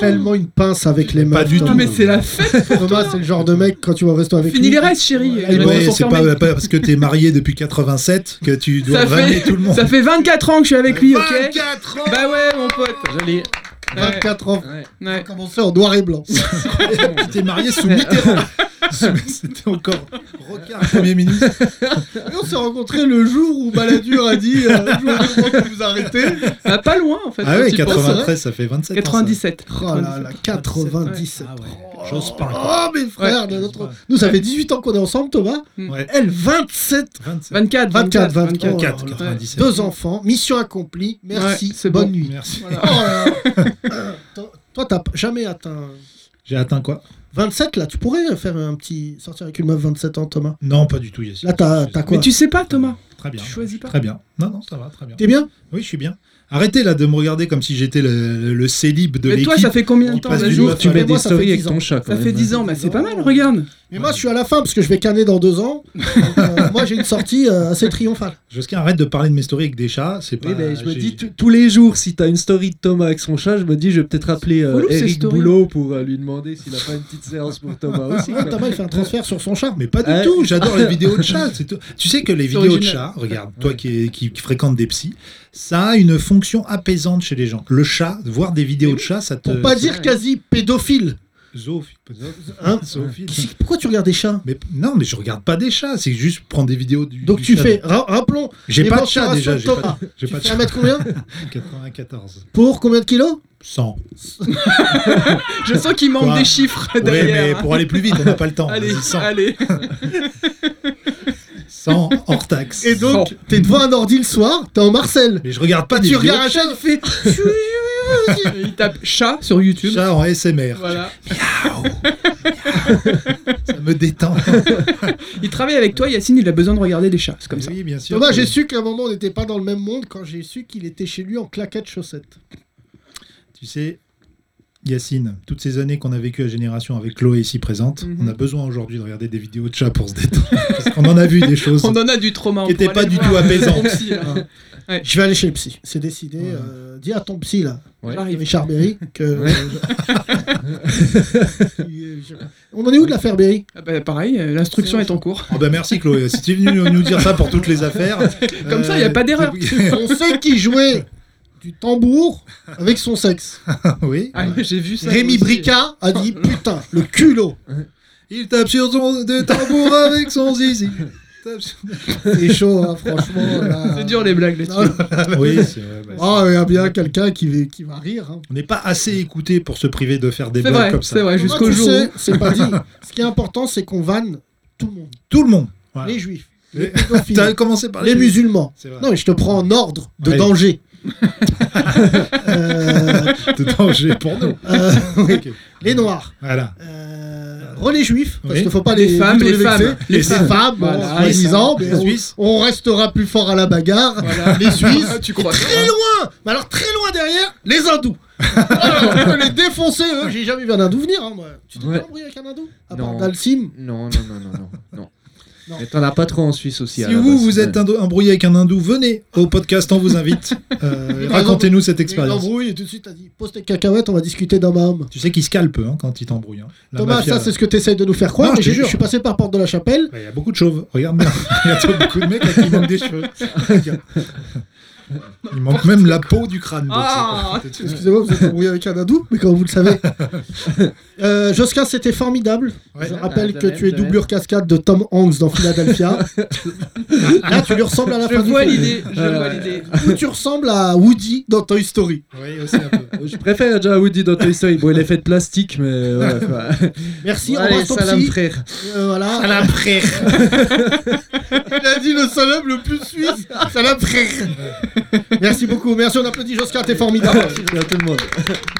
Speaker 3: c'est tellement une pince avec les
Speaker 4: Pas
Speaker 3: meufs.
Speaker 4: du
Speaker 3: Thomas.
Speaker 6: Non, mais c'est la fête.
Speaker 3: Thomas c'est le genre de mec quand tu vas au resto avec
Speaker 6: Fini
Speaker 3: lui.
Speaker 6: les restes, chérie.
Speaker 3: Ouais,
Speaker 6: Les
Speaker 4: Ouais,
Speaker 3: bon,
Speaker 6: restes sont
Speaker 4: c'est
Speaker 6: fermés.
Speaker 4: pas, pas parce que t'es marié depuis 87 que tu dois
Speaker 6: Ça
Speaker 4: ramener
Speaker 6: fait,
Speaker 4: tout le monde.
Speaker 6: ça fait 24 ans que je suis avec lui, ok
Speaker 4: 24 ans
Speaker 6: Bah ouais, mon pote.
Speaker 5: Joli.
Speaker 6: Ouais,
Speaker 3: 24 ans.
Speaker 5: Ouais.
Speaker 6: ouais.
Speaker 3: Commencé en noir et blanc.
Speaker 4: Tu t'es marié sous Mitterrand. Sous- C'était encore Rocard, Premier ministre.
Speaker 3: Et on s'est rencontrés le jour où Balladur a dit euh, je vous demande de vous arrêter.
Speaker 6: Bah, pas loin, en fait.
Speaker 4: Ah
Speaker 6: quand
Speaker 4: ouais,
Speaker 6: tu y penses. hein.
Speaker 4: 93, ça fait 27 ans.
Speaker 6: 97.
Speaker 3: Oh là là, 97.
Speaker 4: Ah ouais, j'ose pas encore.
Speaker 3: Oh mes frères,
Speaker 4: Ouais.
Speaker 3: notre- nous ça fait 18 ans qu'on est ensemble Thomas.
Speaker 4: Ouais.
Speaker 3: Elle 27
Speaker 4: 27.
Speaker 3: 24,
Speaker 6: 24, 24,
Speaker 3: 24. Oh
Speaker 4: 4,
Speaker 3: là là.
Speaker 4: 97.
Speaker 3: Deux enfants, mission accomplie, merci,
Speaker 6: Ouais, c'est
Speaker 3: bonne
Speaker 6: bon.
Speaker 3: nuit.
Speaker 4: Merci.
Speaker 3: Oh là là. Euh, toi- Toi, t'as p- jamais atteint
Speaker 4: J'ai atteint quoi
Speaker 3: 27 là, tu pourrais faire un petit sortir avec une meuf 27 ans, Thomas.
Speaker 4: Non, pas du tout, Yacine.
Speaker 3: Là, t'as t'as quoi
Speaker 6: Mais tu sais pas, Thomas.
Speaker 4: Très bien.
Speaker 6: Tu choisis pas.
Speaker 4: Très bien. Non, non, ça va, très bien.
Speaker 3: T'es bien
Speaker 4: Oui, je suis bien. Arrêtez là de me regarder comme si j'étais le, le célib de
Speaker 6: Mais
Speaker 4: l'équipe.
Speaker 6: toi, ça fait combien de
Speaker 4: on
Speaker 6: temps
Speaker 4: passe
Speaker 6: là,
Speaker 4: du
Speaker 6: Jour
Speaker 4: neuf
Speaker 5: Tu
Speaker 4: à
Speaker 6: Mais
Speaker 5: mets
Speaker 4: l'autre.
Speaker 5: des
Speaker 6: moi, ça fait
Speaker 5: Bah, stories
Speaker 6: 10
Speaker 5: avec
Speaker 6: ans.
Speaker 5: ton chat. quand
Speaker 6: Ça fait
Speaker 5: même.
Speaker 6: 10 ans, mais c'est pas mal,
Speaker 3: Ouais.
Speaker 6: regarde.
Speaker 3: Mais moi, je suis à la fin parce que je vais canner dans deux ans. Donc, euh, moi, j'ai une sortie euh, assez triomphale.
Speaker 4: Josquin, arrête de parler de mes stories avec des chats. C'est pas.
Speaker 5: Oui, mais je me
Speaker 4: j'ai-
Speaker 5: dis t- tous les jours, si t'as une story de Thomas avec son chat, je me dis, je vais peut-être appeler euh,
Speaker 6: Relou, ces
Speaker 5: Eric
Speaker 6: stories.
Speaker 5: Boulot pour euh, lui demander s'il a pas une petite séance pour Thomas aussi.
Speaker 3: Ah, Thomas, il fait un transfert sur son chat.
Speaker 4: Mais pas du
Speaker 5: Ouais.
Speaker 4: tout, j'adore les vidéos de chats. c'est tout. Tu sais que les
Speaker 6: C'est
Speaker 4: vidéos de
Speaker 6: original.
Speaker 4: chats, regarde, toi qui, qui, qui fréquentes des psys, ça a une fonction apaisante chez les gens. Le chat, voir des vidéos de chats, ça te.
Speaker 3: Pour pas dire quasi pédophile.
Speaker 4: Zoophile.
Speaker 3: Hein
Speaker 4: Zoophile.
Speaker 3: Pourquoi tu regardes des chats
Speaker 4: Mais non, mais je regarde pas des chats, c'est juste prendre des vidéos du.
Speaker 3: Donc
Speaker 4: du
Speaker 3: tu
Speaker 4: chat.
Speaker 3: fais, ra- rappelons,
Speaker 4: J'ai
Speaker 3: les
Speaker 4: pas de chat
Speaker 3: mensurations
Speaker 4: déjà,
Speaker 3: de
Speaker 4: j'ai pas,
Speaker 3: Thomas.
Speaker 4: de- j'ai
Speaker 3: tu
Speaker 4: pas de
Speaker 3: fais
Speaker 4: chat.
Speaker 3: 1m combien
Speaker 4: 94.
Speaker 3: Pour combien de kilos
Speaker 4: 100.
Speaker 6: Je sens qu'il manque
Speaker 4: Quoi
Speaker 6: des chiffres
Speaker 4: Ouais, mais
Speaker 6: derrière.
Speaker 4: pour aller plus vite, on n'a pas le temps.
Speaker 6: Allez,
Speaker 4: Vas-y, 100,
Speaker 6: allez.
Speaker 4: 100 hors taxe.
Speaker 3: Et donc, t'es devant un ordi le soir, t'es en Marcel.
Speaker 4: mais je regarde pas des
Speaker 3: Ah, Tu
Speaker 4: vidéos
Speaker 3: regardes un chat, il fait.
Speaker 6: Il tape chat sur
Speaker 4: de
Speaker 6: YouTube.
Speaker 4: chats en SMR.
Speaker 6: Voilà.
Speaker 4: Ça me détend.
Speaker 6: Il travaille avec toi, Yacine, il a besoin de regarder des chats, c'est comme ça.
Speaker 4: Oui, bien sûr.
Speaker 3: Thomas,
Speaker 4: que-
Speaker 3: j'ai su qu'à un moment on n'était pas dans le même monde quand j'ai su qu'il était chez lui en claquettes chaussettes.
Speaker 4: Tu sais, Yacine, toutes ces années qu'on a vécues à Génération avec Chloé ici présente,
Speaker 6: Mhm.
Speaker 4: on a besoin aujourd'hui de regarder des vidéos de chats pour se détendre. Parce qu'on en a vu des choses.
Speaker 6: On en a du trauma. on
Speaker 4: Qui était
Speaker 6: pourra
Speaker 4: pas
Speaker 6: aller
Speaker 4: du
Speaker 6: voir
Speaker 4: tout Ah apaisant.
Speaker 6: son psy, là.
Speaker 3: Je vais aller chez le psy. C'est décidé. euh, dis à ton psy là,
Speaker 5: Ouais.
Speaker 6: J'arrive.
Speaker 3: Richard Berry, que.
Speaker 5: Ouais.
Speaker 3: on en est où de l'affaire Berry
Speaker 6: Ah bah, pareil, euh, l'instruction est en cours.
Speaker 4: Oh ben merci Chloé, si tu es venu nous dire ça pour toutes les affaires.
Speaker 6: Comme ça, il y a
Speaker 4: Euh,
Speaker 6: pas d'erreur.
Speaker 3: On sait qui jouait du tambour avec son sexe.
Speaker 4: oui.
Speaker 6: Ah, j'ai vu ça.
Speaker 3: Rémi
Speaker 6: moi aussi.
Speaker 3: Bricard a dit putain, le culot.
Speaker 4: Il tape sur son de tambour avec son zizi. Tape sur-
Speaker 3: C'est chaud, hein, franchement. là.
Speaker 4: Ah.
Speaker 6: C'est dur les blagues là-dessus.
Speaker 3: Non, non.
Speaker 4: Oui, c'est vrai, bah,
Speaker 3: Ah, il y a bien quelqu'un qui, qui va rire. hein.
Speaker 4: on n'est pas assez écouté pour se priver de faire des
Speaker 6: C'est
Speaker 4: blagues
Speaker 6: vrai,
Speaker 4: comme
Speaker 6: c'est
Speaker 4: ça.
Speaker 6: vrai,
Speaker 3: Moi,
Speaker 6: Ah, jusqu'au
Speaker 3: tu
Speaker 6: jour
Speaker 3: sais,
Speaker 6: où.
Speaker 3: C'est pas dit. Ce qui est important, c'est qu'on vanne tout le monde.
Speaker 4: Tout le monde. Voilà.
Speaker 3: Les juifs,
Speaker 4: Les-
Speaker 3: les pédophiles,
Speaker 4: T'as commencé par
Speaker 3: les musulmans.
Speaker 4: C'est vrai.
Speaker 3: Non, mais je te prends en ordre de
Speaker 4: Ouais.
Speaker 3: danger. Euh,
Speaker 4: Tout le temps, j'ai pour nous.
Speaker 3: euh, oui.
Speaker 4: Ok.
Speaker 3: Les noirs.
Speaker 4: Voilà.
Speaker 3: Euh, les juifs, parce
Speaker 4: Oui.
Speaker 3: qu'il faut pas
Speaker 6: Les
Speaker 3: les
Speaker 6: femmes,
Speaker 3: plutôt
Speaker 6: les
Speaker 3: vexer.
Speaker 6: femmes.
Speaker 3: Les,
Speaker 4: Les
Speaker 3: femmes,
Speaker 6: Voilà.
Speaker 3: bon, soi-disant, mais
Speaker 4: Les
Speaker 3: on-
Speaker 4: Suisses.
Speaker 3: on restera plus fort à la bagarre.
Speaker 6: Voilà. Ah,
Speaker 3: Les Suisses,
Speaker 6: tu crois hein
Speaker 3: très loin, mais alors très loin derrière, les hindous. Ah, on peut les défoncer, eux. J'ai jamais vu un hindou venir. hein, moi. Tu t'es
Speaker 5: Ouais.
Speaker 3: pas embrouillé avec un hindou À
Speaker 5: Non.
Speaker 3: part Dalsim.
Speaker 5: Non, non, non, non, non. non.
Speaker 3: Non.
Speaker 5: Mais t'en as pas trop en Suisse aussi. à
Speaker 4: Si
Speaker 5: la
Speaker 4: vous,
Speaker 5: base.
Speaker 4: vous êtes
Speaker 5: Ouais.
Speaker 4: indo- embrouillé avec un hindou, venez au podcast, on vous invite. Euh, Racontez-nous
Speaker 3: Il
Speaker 4: cette
Speaker 3: y a eu une
Speaker 4: expérience.
Speaker 3: embrouille et tout de suite, t'as dit pose tes cacahuètes, on va discuter d'homme à homme.
Speaker 4: Tu sais qu'ils se calpent hein, quand ils t'embrouillent. hein. La
Speaker 3: Thomas,
Speaker 4: mafia,
Speaker 3: ça c'est ce que t'essayes de nous faire croire.
Speaker 4: Non, je
Speaker 3: mais
Speaker 4: te
Speaker 3: j'ai-
Speaker 4: jure.
Speaker 3: je suis passé par Porte de la Chapelle.
Speaker 4: Ouais, Il y a beaucoup de chauves, regarde bien. Il y a beaucoup de mecs là, qui manquent des cheveux. Il manque même la peau du crâne. donc
Speaker 6: Ah
Speaker 4: c'est-
Speaker 3: Excusez-moi, vous êtes embrouillé avec un hindou, mais comme vous le savez. Euh, Josquin, c'était formidable.
Speaker 4: Ouais.
Speaker 3: Je rappelle
Speaker 5: Ah,
Speaker 3: que
Speaker 5: de
Speaker 3: tu es
Speaker 5: même, de
Speaker 3: doublure cascade de Tom Hanks dans Philadelphia. Là, tu lui ressembles à la
Speaker 6: Je
Speaker 3: fin du
Speaker 6: vois
Speaker 3: film.
Speaker 6: l'idée, je
Speaker 5: Euh,
Speaker 6: vois l'idée.
Speaker 3: Ou tu ressembles à Woody dans Toy Story.
Speaker 4: Oui, aussi un peu.
Speaker 5: Euh, Je préfère déjà Woody dans Toy Story. Bon, il est fait de plastique, mais voilà quoi.
Speaker 3: Merci,
Speaker 5: Allez,
Speaker 3: embrasse ton
Speaker 5: salam
Speaker 3: psy.
Speaker 5: frère.
Speaker 3: Euh, voilà.
Speaker 4: la prairie.
Speaker 3: Il a dit le salam le plus suisse. Salam frère. Merci beaucoup. Merci, on applaudit Josquin, t'es formidable. Merci.
Speaker 5: Merci à tout le monde.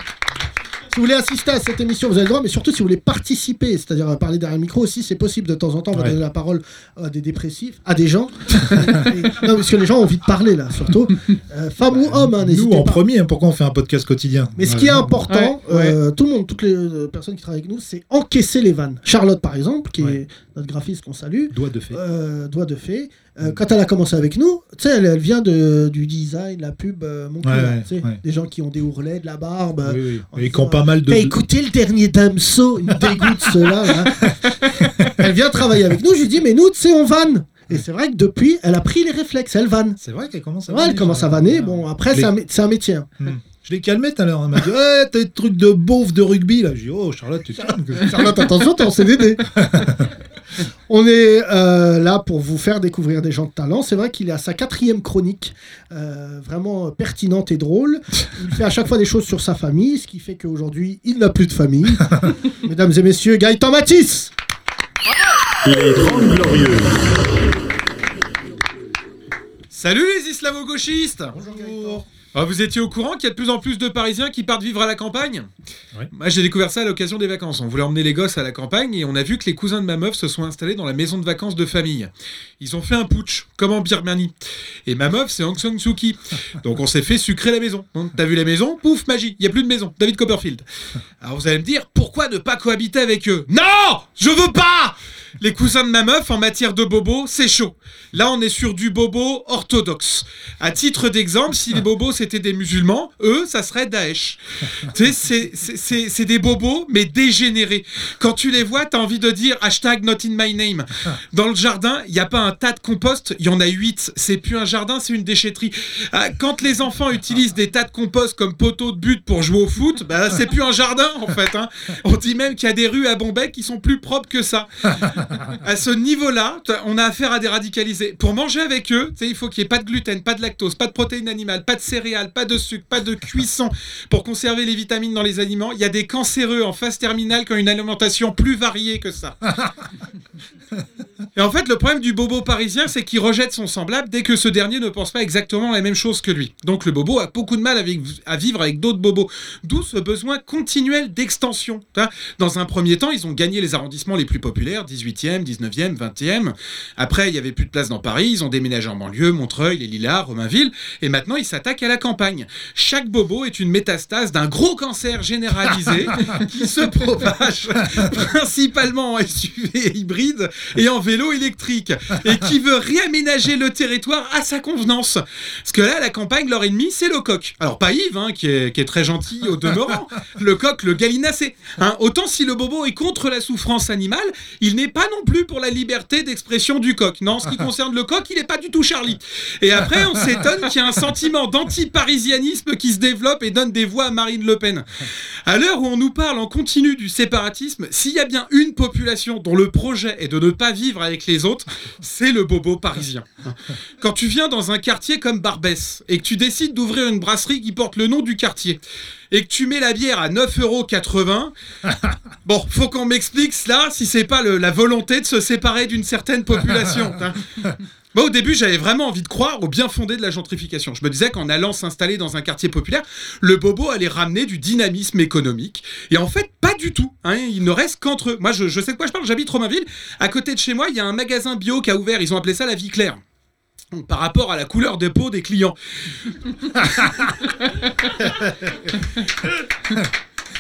Speaker 3: Si vous voulez assister à cette émission, vous avez le droit, mais surtout si vous voulez participer, c'est-à-dire euh, parler derrière le micro aussi, c'est possible de temps en temps, on va
Speaker 4: Ouais.
Speaker 3: donner la parole à des dépressifs, à des gens. Et- et- non, parce que les gens ont envie de parler là, surtout. Euh, femme ou homme, hein,
Speaker 4: Nous,
Speaker 3: n'hésitez
Speaker 4: en
Speaker 3: pas.
Speaker 4: premier, hein, pourquoi on fait un podcast quotidien
Speaker 3: Mais ce qui est
Speaker 4: Voilà.
Speaker 3: important, euh, tout le monde, toutes les euh, personnes qui travaillent avec nous, c'est encaisser les vannes. Charlotte, par exemple, qui
Speaker 4: Ouais.
Speaker 3: est notre graphiste qu'on salue,
Speaker 4: Doigt de fait.
Speaker 3: euh, doigt de fée, euh, quand elle a commencé avec nous, tu sais, elle, elle vient de, du design, la pub, euh, mon cul,
Speaker 4: Ouais,
Speaker 3: là,
Speaker 4: ouais,
Speaker 3: tu sais,
Speaker 4: ouais.
Speaker 3: des gens qui ont des ourlets, de la barbe. euh,
Speaker 4: Oui,
Speaker 3: en
Speaker 4: oui. Et qui
Speaker 3: disant,
Speaker 4: ont pas mal de.
Speaker 3: T'as écouté le dernier Damso Il me dégoûte cela. là. Elle vient travailler avec nous. Je lui dis, mais nous, tu sais, on vanne. Et c'est vrai que depuis, elle a pris les réflexes. Elle vanne.
Speaker 4: C'est vrai qu'elle commence à
Speaker 3: C'est vrai, elle commence à vanner. Bon, après,
Speaker 4: Les-
Speaker 3: c'est un, mé- c'est un métier. hein.
Speaker 4: Je l'ai calmé tout à l'heure. Elle m'a dit Ouais, t'as des trucs de beauf de rugby. Là, j'ai dit Oh, Charlotte, tu calmes.
Speaker 3: Charlotte, attention, t'es en CDD. On est euh, là pour vous faire découvrir des gens de talent. C'est vrai qu'il est à sa quatrième chronique, euh, vraiment euh, pertinente et drôle. Il fait à chaque fois des choses sur sa famille, ce qui fait qu'aujourd'hui, il n'a plus de famille. Mesdames et messieurs, Gaëtan Matisse
Speaker 7: Les 30 Glorieuses.
Speaker 8: Salut les islamo-gauchistes
Speaker 4: Bonjour.
Speaker 8: Ah, vous étiez au courant qu'il y a de plus en plus de Parisiens qui partent vivre à la campagne
Speaker 4: Ouais.
Speaker 8: Moi, j'ai découvert ça à l'occasion des vacances. On voulait emmener les gosses à la campagne et on a vu que les cousins de ma meuf se sont installés dans la maison de vacances de famille. Ils ont fait un putsch, comme en Birmanie. Et ma meuf, c'est Aung San Suu Kyi. Donc on s'est fait sucrer la maison. Hein, T'as vu la maison Pouf, magie, il n'y a plus de maison. David Copperfield. Alors vous allez me dire, pourquoi ne pas cohabiter avec eux Non Je veux pas Les cousins de ma meuf, en matière de bobo, c'est chaud. Là, on est sur du bobo orthodoxe. À titre d'exemple, si les bobos c'était des musulmans, eux, ça serait Daesh. tu sais, c'est- c'est- c'est c'est des bobos, mais dégénérés. Quand tu les vois, t'as envie de dire hashtag not in my name. Dans le jardin, il n'y a pas un tas de compost, il y en a huit. C'est plus un jardin, c'est une déchetterie. Ah, Quand les enfants utilisent des tas de compost comme poteaux de but pour jouer au foot, bah, c'est plus un jardin, en fait. hein. On dit même qu'il y a des rues à Bombay qui sont plus propres que ça à ce niveau-là, t'as- on a affaire à des radicalisés. Pour manger avec eux, tu sais, il faut qu'il n'y ait pas de gluten, pas de lactose, pas de protéines animales, pas de céréales, pas de sucre, pas de cuisson pour conserver les vitamines dans les aliments. Il y a des cancéreux en phase terminale qui ont une alimentation plus variée que ça. Et en fait, le problème du bobo parisien, c'est qu'il rejette son semblable dès que ce dernier ne pense pas exactement la même chose que lui. Donc le bobo a beaucoup de mal avec- à vivre avec d'autres bobos. D'où ce besoin continuel d'extension. Hein, Dans un premier temps, ils ont gagné les arrondissements les plus populaires, 18e, 19e, 20e. Après, il n'y avait plus de place dans Paris, ils ont déménagé en banlieue, Montreuil, les Lilas, Romainville, et maintenant ils s'attaquent à la campagne. Chaque bobo est une métastase d'un gros cancer généralisé qui se propage principalement en SUV hybride et en vélo électrique, et qui veut réaménager le territoire à sa convenance. Parce que là, à la campagne, leur ennemi, c'est le coq. Alors pas Yves, hein, qui, est, qui est très gentil au demeurant, le coq, le gallinacé. Hein, autant si le bobo est contre la souffrance animale, il n'est pas non plus pour la liberté d'expression du coq. Non, en ce qui concerne le coq, il n'est pas du tout Charlie. Et après, on s'étonne qu'il y a un sentiment d'anti-parisianisme qui se développe et donne des voix à Marine Le Pen. À l'heure où on nous parle en continu du séparatisme, s'il y a bien une population dont le projet est de ne pas vivre avec les autres, c'est le bobo parisien. Quand tu viens dans un quartier comme Barbès et que tu décides d'ouvrir une brasserie qui porte le nom du quartier et que tu mets la bière à 9,80€, bon, faut qu'on m'explique cela si c'est pas le- la volonté de se séparer d'une certaine population. hein. Moi, au début, j'avais vraiment envie de croire au bien fondé de la gentrification. Je me disais qu'en allant s'installer dans un quartier populaire, le bobo allait ramener du dynamisme économique. Et en fait, pas du tout. hein. Il ne reste qu'entre eux. Moi, je, je sais de quoi je parle. J'habite Romainville. À côté de chez moi, il y a un magasin bio qui a ouvert. Ils ont appelé ça la vie claire. Donc, Par rapport à la couleur des peaux des clients.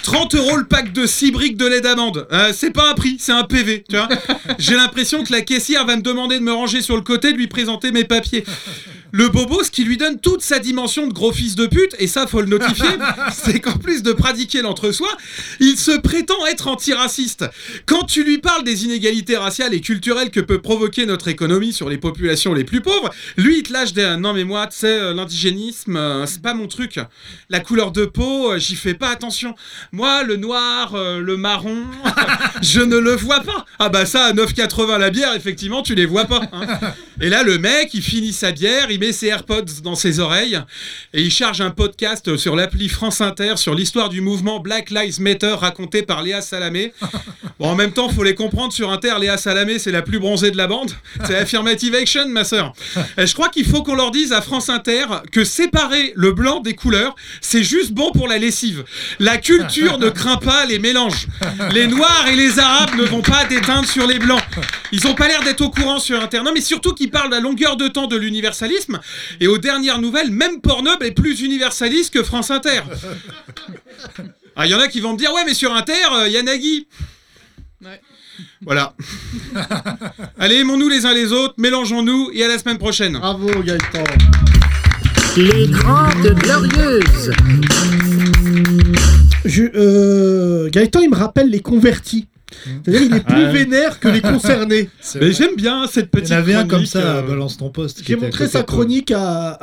Speaker 8: 30 euros le pack de 6 briques de lait d'amande. Euh, c'est pas un prix, c'est un PV. Tu vois J'ai l'impression que la caissière va me demander de me ranger sur le côté, de lui présenter mes papiers. Le bobo, ce qui lui donne toute sa dimension de gros fils de pute, et ça, faut le notifier, c'est qu'en plus de pratiquer l'entre-soi, il se prétend être antiraciste. Quand tu lui parles des inégalités raciales et culturelles que peut provoquer notre économie sur les populations les plus pauvres, lui, il te lâche des non, mais moi, tu sais, euh, l'indigénisme, euh, c'est pas mon truc. La couleur de peau, euh, j'y fais pas attention. Moi, le noir, euh, le marron, je ne le vois pas. Ah bah ça, à 9,80 la bière, effectivement, tu les vois pas. hein. Et là, le mec, il finit sa bière, il met ses AirPods dans ses oreilles et il charge un podcast sur l'appli France Inter sur l'histoire du mouvement Black Lives Matter raconté par Léa Salamé. Bon, en même temps, faut les comprendre sur Inter. Léa Salamé, c'est la plus bronzée de la bande. C'est affirmative action, ma sœur. Et je crois qu'il faut qu'on leur dise à France Inter que séparer le blanc des couleurs, c'est juste bon pour la lessive. La culture ne craint pas les mélanges. Les noirs et les arabes ne vont pas déteindre sur les blancs. Ils ont pas l'air d'être au courant sur Internet, mais surtout qu'ils parlent à longueur de temps de l'universalisme. Et aux dernières nouvelles, même Pornhub est plus universaliste que France Inter. Ah, il y en a qui vont me dire, ouais, mais sur Inter, euh, il y a Nagui.
Speaker 6: Ouais.
Speaker 8: Voilà. Allez, aimons-nous les uns les autres, mélangeons-nous et à la semaine prochaine.
Speaker 4: Ah,
Speaker 3: Bravo Gaëtan.
Speaker 1: Les Grandes Glorieuses.
Speaker 3: Je- euh, Gaëtan, il me rappelle les convertis. C'est-à-dire il est plus
Speaker 5: Ah.
Speaker 3: vénère que les concernés.
Speaker 4: C'est
Speaker 8: Mais
Speaker 4: vrai.
Speaker 8: j'aime bien cette
Speaker 4: Il
Speaker 8: petite.
Speaker 4: y en avait un comme
Speaker 8: chronique,
Speaker 4: ça, bah.
Speaker 8: euh,
Speaker 4: à Balance ton poste. qui
Speaker 3: J'ai
Speaker 4: était à
Speaker 3: montré
Speaker 4: côté
Speaker 3: sa
Speaker 4: de toi.
Speaker 3: chronique à,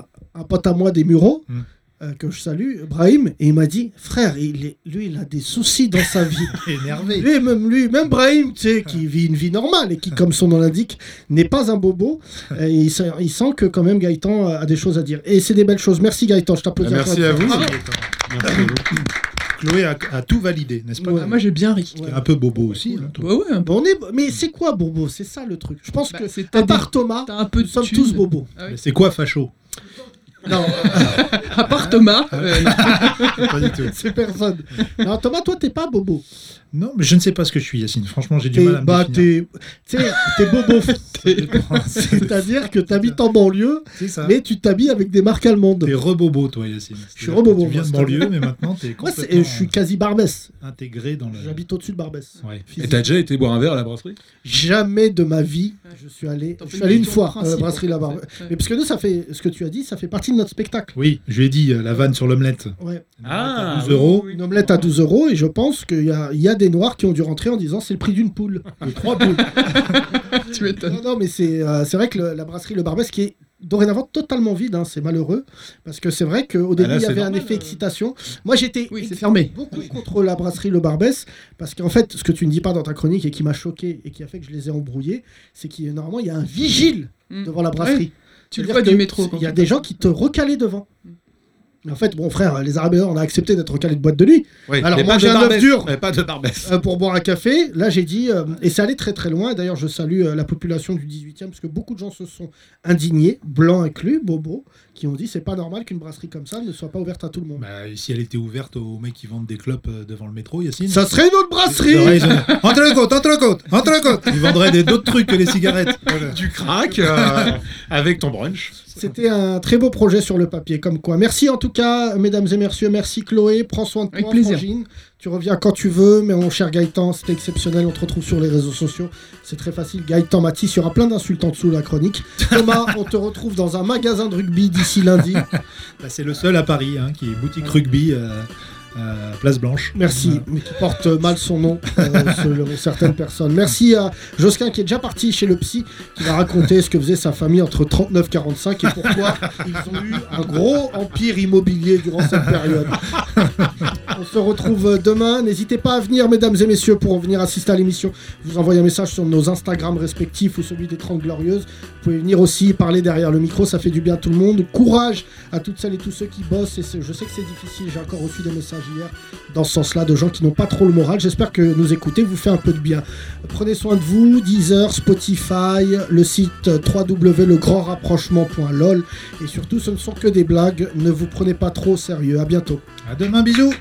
Speaker 3: à un pote à moi des Mureaux,
Speaker 4: Hmm.
Speaker 3: euh, que je salue, Brahim, et il m'a dit Frère, il est- lui, il a des soucis dans sa vie.
Speaker 4: Énervé.
Speaker 3: Lui, même lui, même Brahim, tu sais, qui vit une vie normale et qui, comme son nom l'indique, n'est pas un bobo, euh, il, sent, il sent que quand même Gaëtan euh, a des choses à dire. Et c'est des belles choses. Ah, Merci Gaëtan, je t'applaudis.
Speaker 8: Merci
Speaker 3: encore une
Speaker 8: à
Speaker 3: fois.
Speaker 8: vous.
Speaker 4: Chloé a, a tout validé, n'est-ce pas
Speaker 3: Ouais.
Speaker 6: Ah, moi j'ai bien ri.
Speaker 3: Ouais.
Speaker 4: Un peu bobo aussi. hein, toi.
Speaker 6: Bah ouais, un peu.
Speaker 3: Ah, Bon, on est- Mais c'est quoi bobo C'est ça le truc. Je pense
Speaker 6: Bah,
Speaker 3: que,
Speaker 6: c'est
Speaker 3: à
Speaker 6: t'as des-
Speaker 3: part Thomas,
Speaker 6: T'as un peu
Speaker 3: nous
Speaker 6: de
Speaker 3: sommes
Speaker 6: thunes.
Speaker 3: tous bobos.
Speaker 4: Mais C'est quoi facho
Speaker 3: Non,
Speaker 6: À part Thomas.
Speaker 3: euh, non,
Speaker 4: Pas du tout.
Speaker 3: c'est personne. Non, Thomas, toi, t'es pas bobo.
Speaker 4: Non, mais je ne sais pas ce que je suis, Yacine. Franchement, j'ai du
Speaker 3: T'es,
Speaker 4: mal à me
Speaker 3: bah,
Speaker 4: définir.
Speaker 3: t'es, t'sais, t'es bobo. C'est-à-dire que t'habites en banlieue,
Speaker 4: C'est ça.
Speaker 3: mais tu t'habilles avec des marques allemandes.
Speaker 4: Hein T'es rebobo, toi, Yacine.
Speaker 3: Je suis rebobo,
Speaker 4: Tu viens de
Speaker 3: moi,
Speaker 4: banlieue, mais maintenant, t'es
Speaker 3: Moi, c'est-
Speaker 4: complètement
Speaker 3: je suis quasi Barbès.
Speaker 4: euh, intégré dans le...
Speaker 3: J'habite au-dessus de Barbès.
Speaker 4: Ouais.
Speaker 8: Et t'as déjà été boire un verre à la brasserie
Speaker 3: Jamais de ma vie, je suis allé,
Speaker 6: T'en
Speaker 3: je
Speaker 6: fais
Speaker 3: suis allé une
Speaker 6: question de
Speaker 3: fois à la
Speaker 6: principe,
Speaker 3: brasserie
Speaker 6: en
Speaker 3: La
Speaker 6: fait.
Speaker 3: Barbe.
Speaker 6: Ouais.
Speaker 3: Mais parce que nous, ça fait, ce que tu as dit, ça fait partie de notre spectacle.
Speaker 4: Oui, je lui ai dit euh, la vanne sur l'omelette.
Speaker 3: Ouais.
Speaker 8: Ah,
Speaker 4: 12 euros.
Speaker 3: Une omelette à 12 euros, et je pense qu'il y a, il y a des noirs qui ont dû rentrer en disant c'est le prix d'une poule, de trois poules.
Speaker 6: Tu m'étonnes.
Speaker 3: Non, non, mais c'est euh, c'est vrai que le- la brasserie Le Barbès qui est dorénavant totalement vide, hein, c'est malheureux, parce que c'est vrai qu'au début,
Speaker 8: là,
Speaker 3: il y
Speaker 8: c'est
Speaker 3: avait
Speaker 6: normal,
Speaker 3: un effet
Speaker 6: euh.
Speaker 3: excitation. Moi, j'étais
Speaker 6: Oui, c'est
Speaker 3: ex-
Speaker 6: fermé.
Speaker 3: beaucoup contre la brasserie Le Barbès, parce qu'en fait, ce que tu ne dis pas dans ta chronique et qui m'a choqué et qui a fait que je les ai embrouillés, c'est qu'il y a- normalement, il y a un vigile
Speaker 6: Mm.
Speaker 3: devant la brasserie.
Speaker 6: Tu le
Speaker 3: C'est-à-dire
Speaker 6: vois Mm.
Speaker 3: que
Speaker 6: du métro. quand
Speaker 3: Il y a
Speaker 6: tu
Speaker 3: des gens qui te recalaient devant. En fait, bon frère, les Arabes, on a accepté d'être recalés de boîte de nuit.
Speaker 8: Oui,
Speaker 3: Alors,
Speaker 8: mais
Speaker 3: moi,
Speaker 8: pas de
Speaker 3: j'ai un œuf
Speaker 8: Barbès.
Speaker 3: dur.
Speaker 8: Ouais, Pas de barbès.
Speaker 3: Euh, pour boire un café. Là, j'ai dit, euh, et ça allait très très loin. D'ailleurs, je salue euh, la population du 18e, parce que beaucoup de gens se sont indignés, blancs inclus, bobos, qui ont dit c'est pas normal qu'une brasserie comme ça ne soit pas ouverte à tout le monde.
Speaker 4: Bah, si elle était ouverte aux mecs qui vendent des clopes euh, devant le métro,
Speaker 6: Bah,
Speaker 4: Yacine.
Speaker 3: Ça serait une autre
Speaker 4: ils auraient-
Speaker 3: brasserie
Speaker 4: ils auraient- Entre le côte, entre le côte, entre le côte. Ils vendraient des- d'autres trucs que les cigarettes. Voilà.
Speaker 8: Du crack euh, avec ton brunch.
Speaker 3: C'était un très beau projet sur le papier, comme quoi. Merci en tout cas, mesdames et messieurs. Merci Chloé. Prends soin de
Speaker 6: Avec
Speaker 3: toi,
Speaker 6: plaisir.
Speaker 3: Frangine. Tu reviens quand tu veux, mais mon cher Gaëtan, c'était exceptionnel. On te retrouve sur les réseaux sociaux. C'est très facile. Gaëtan Matisse, il y aura plein d'insultes en dessous de la chronique. Thomas, on te retrouve dans un magasin de rugby d'ici lundi.
Speaker 4: Bah, c'est le seul à Paris hein, qui est boutique rugby euh, euh, Place Blanche.
Speaker 3: Merci, mais qui porte mal son nom euh, selon certaines personnes. Merci à Josquin qui est déjà parti chez le psy, qui va raconter ce que faisait sa famille entre 39 et 45 et pourquoi ils ont eu un gros empire immobilier durant cette période. On se retrouve demain. N'hésitez pas à venir, mesdames et messieurs, pour venir assister à l'émission. Vous envoyez un message sur nos Instagram respectifs ou celui des 30 Glorieuses. Vous pouvez venir aussi parler derrière le micro, ça fait du bien à tout le monde. Courage à toutes celles et tous ceux qui bossent. Et c'est- je sais que c'est difficile, j'ai encore reçu des messages hier dans ce sens-là de gens qui n'ont pas trop le moral. J'espère que nous écouter vous fait un peu de bien. Prenez soin de vous, Deezer, Spotify, le site www.legrandrapprochement.lol et surtout ce ne sont que des blagues, ne vous prenez pas trop au sérieux. À bientôt.
Speaker 4: À demain, bisous.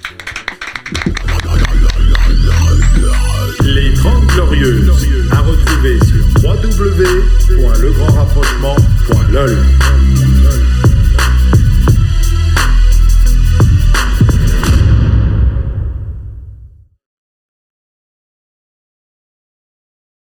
Speaker 7: Les 30 Glorieuses. À retrouver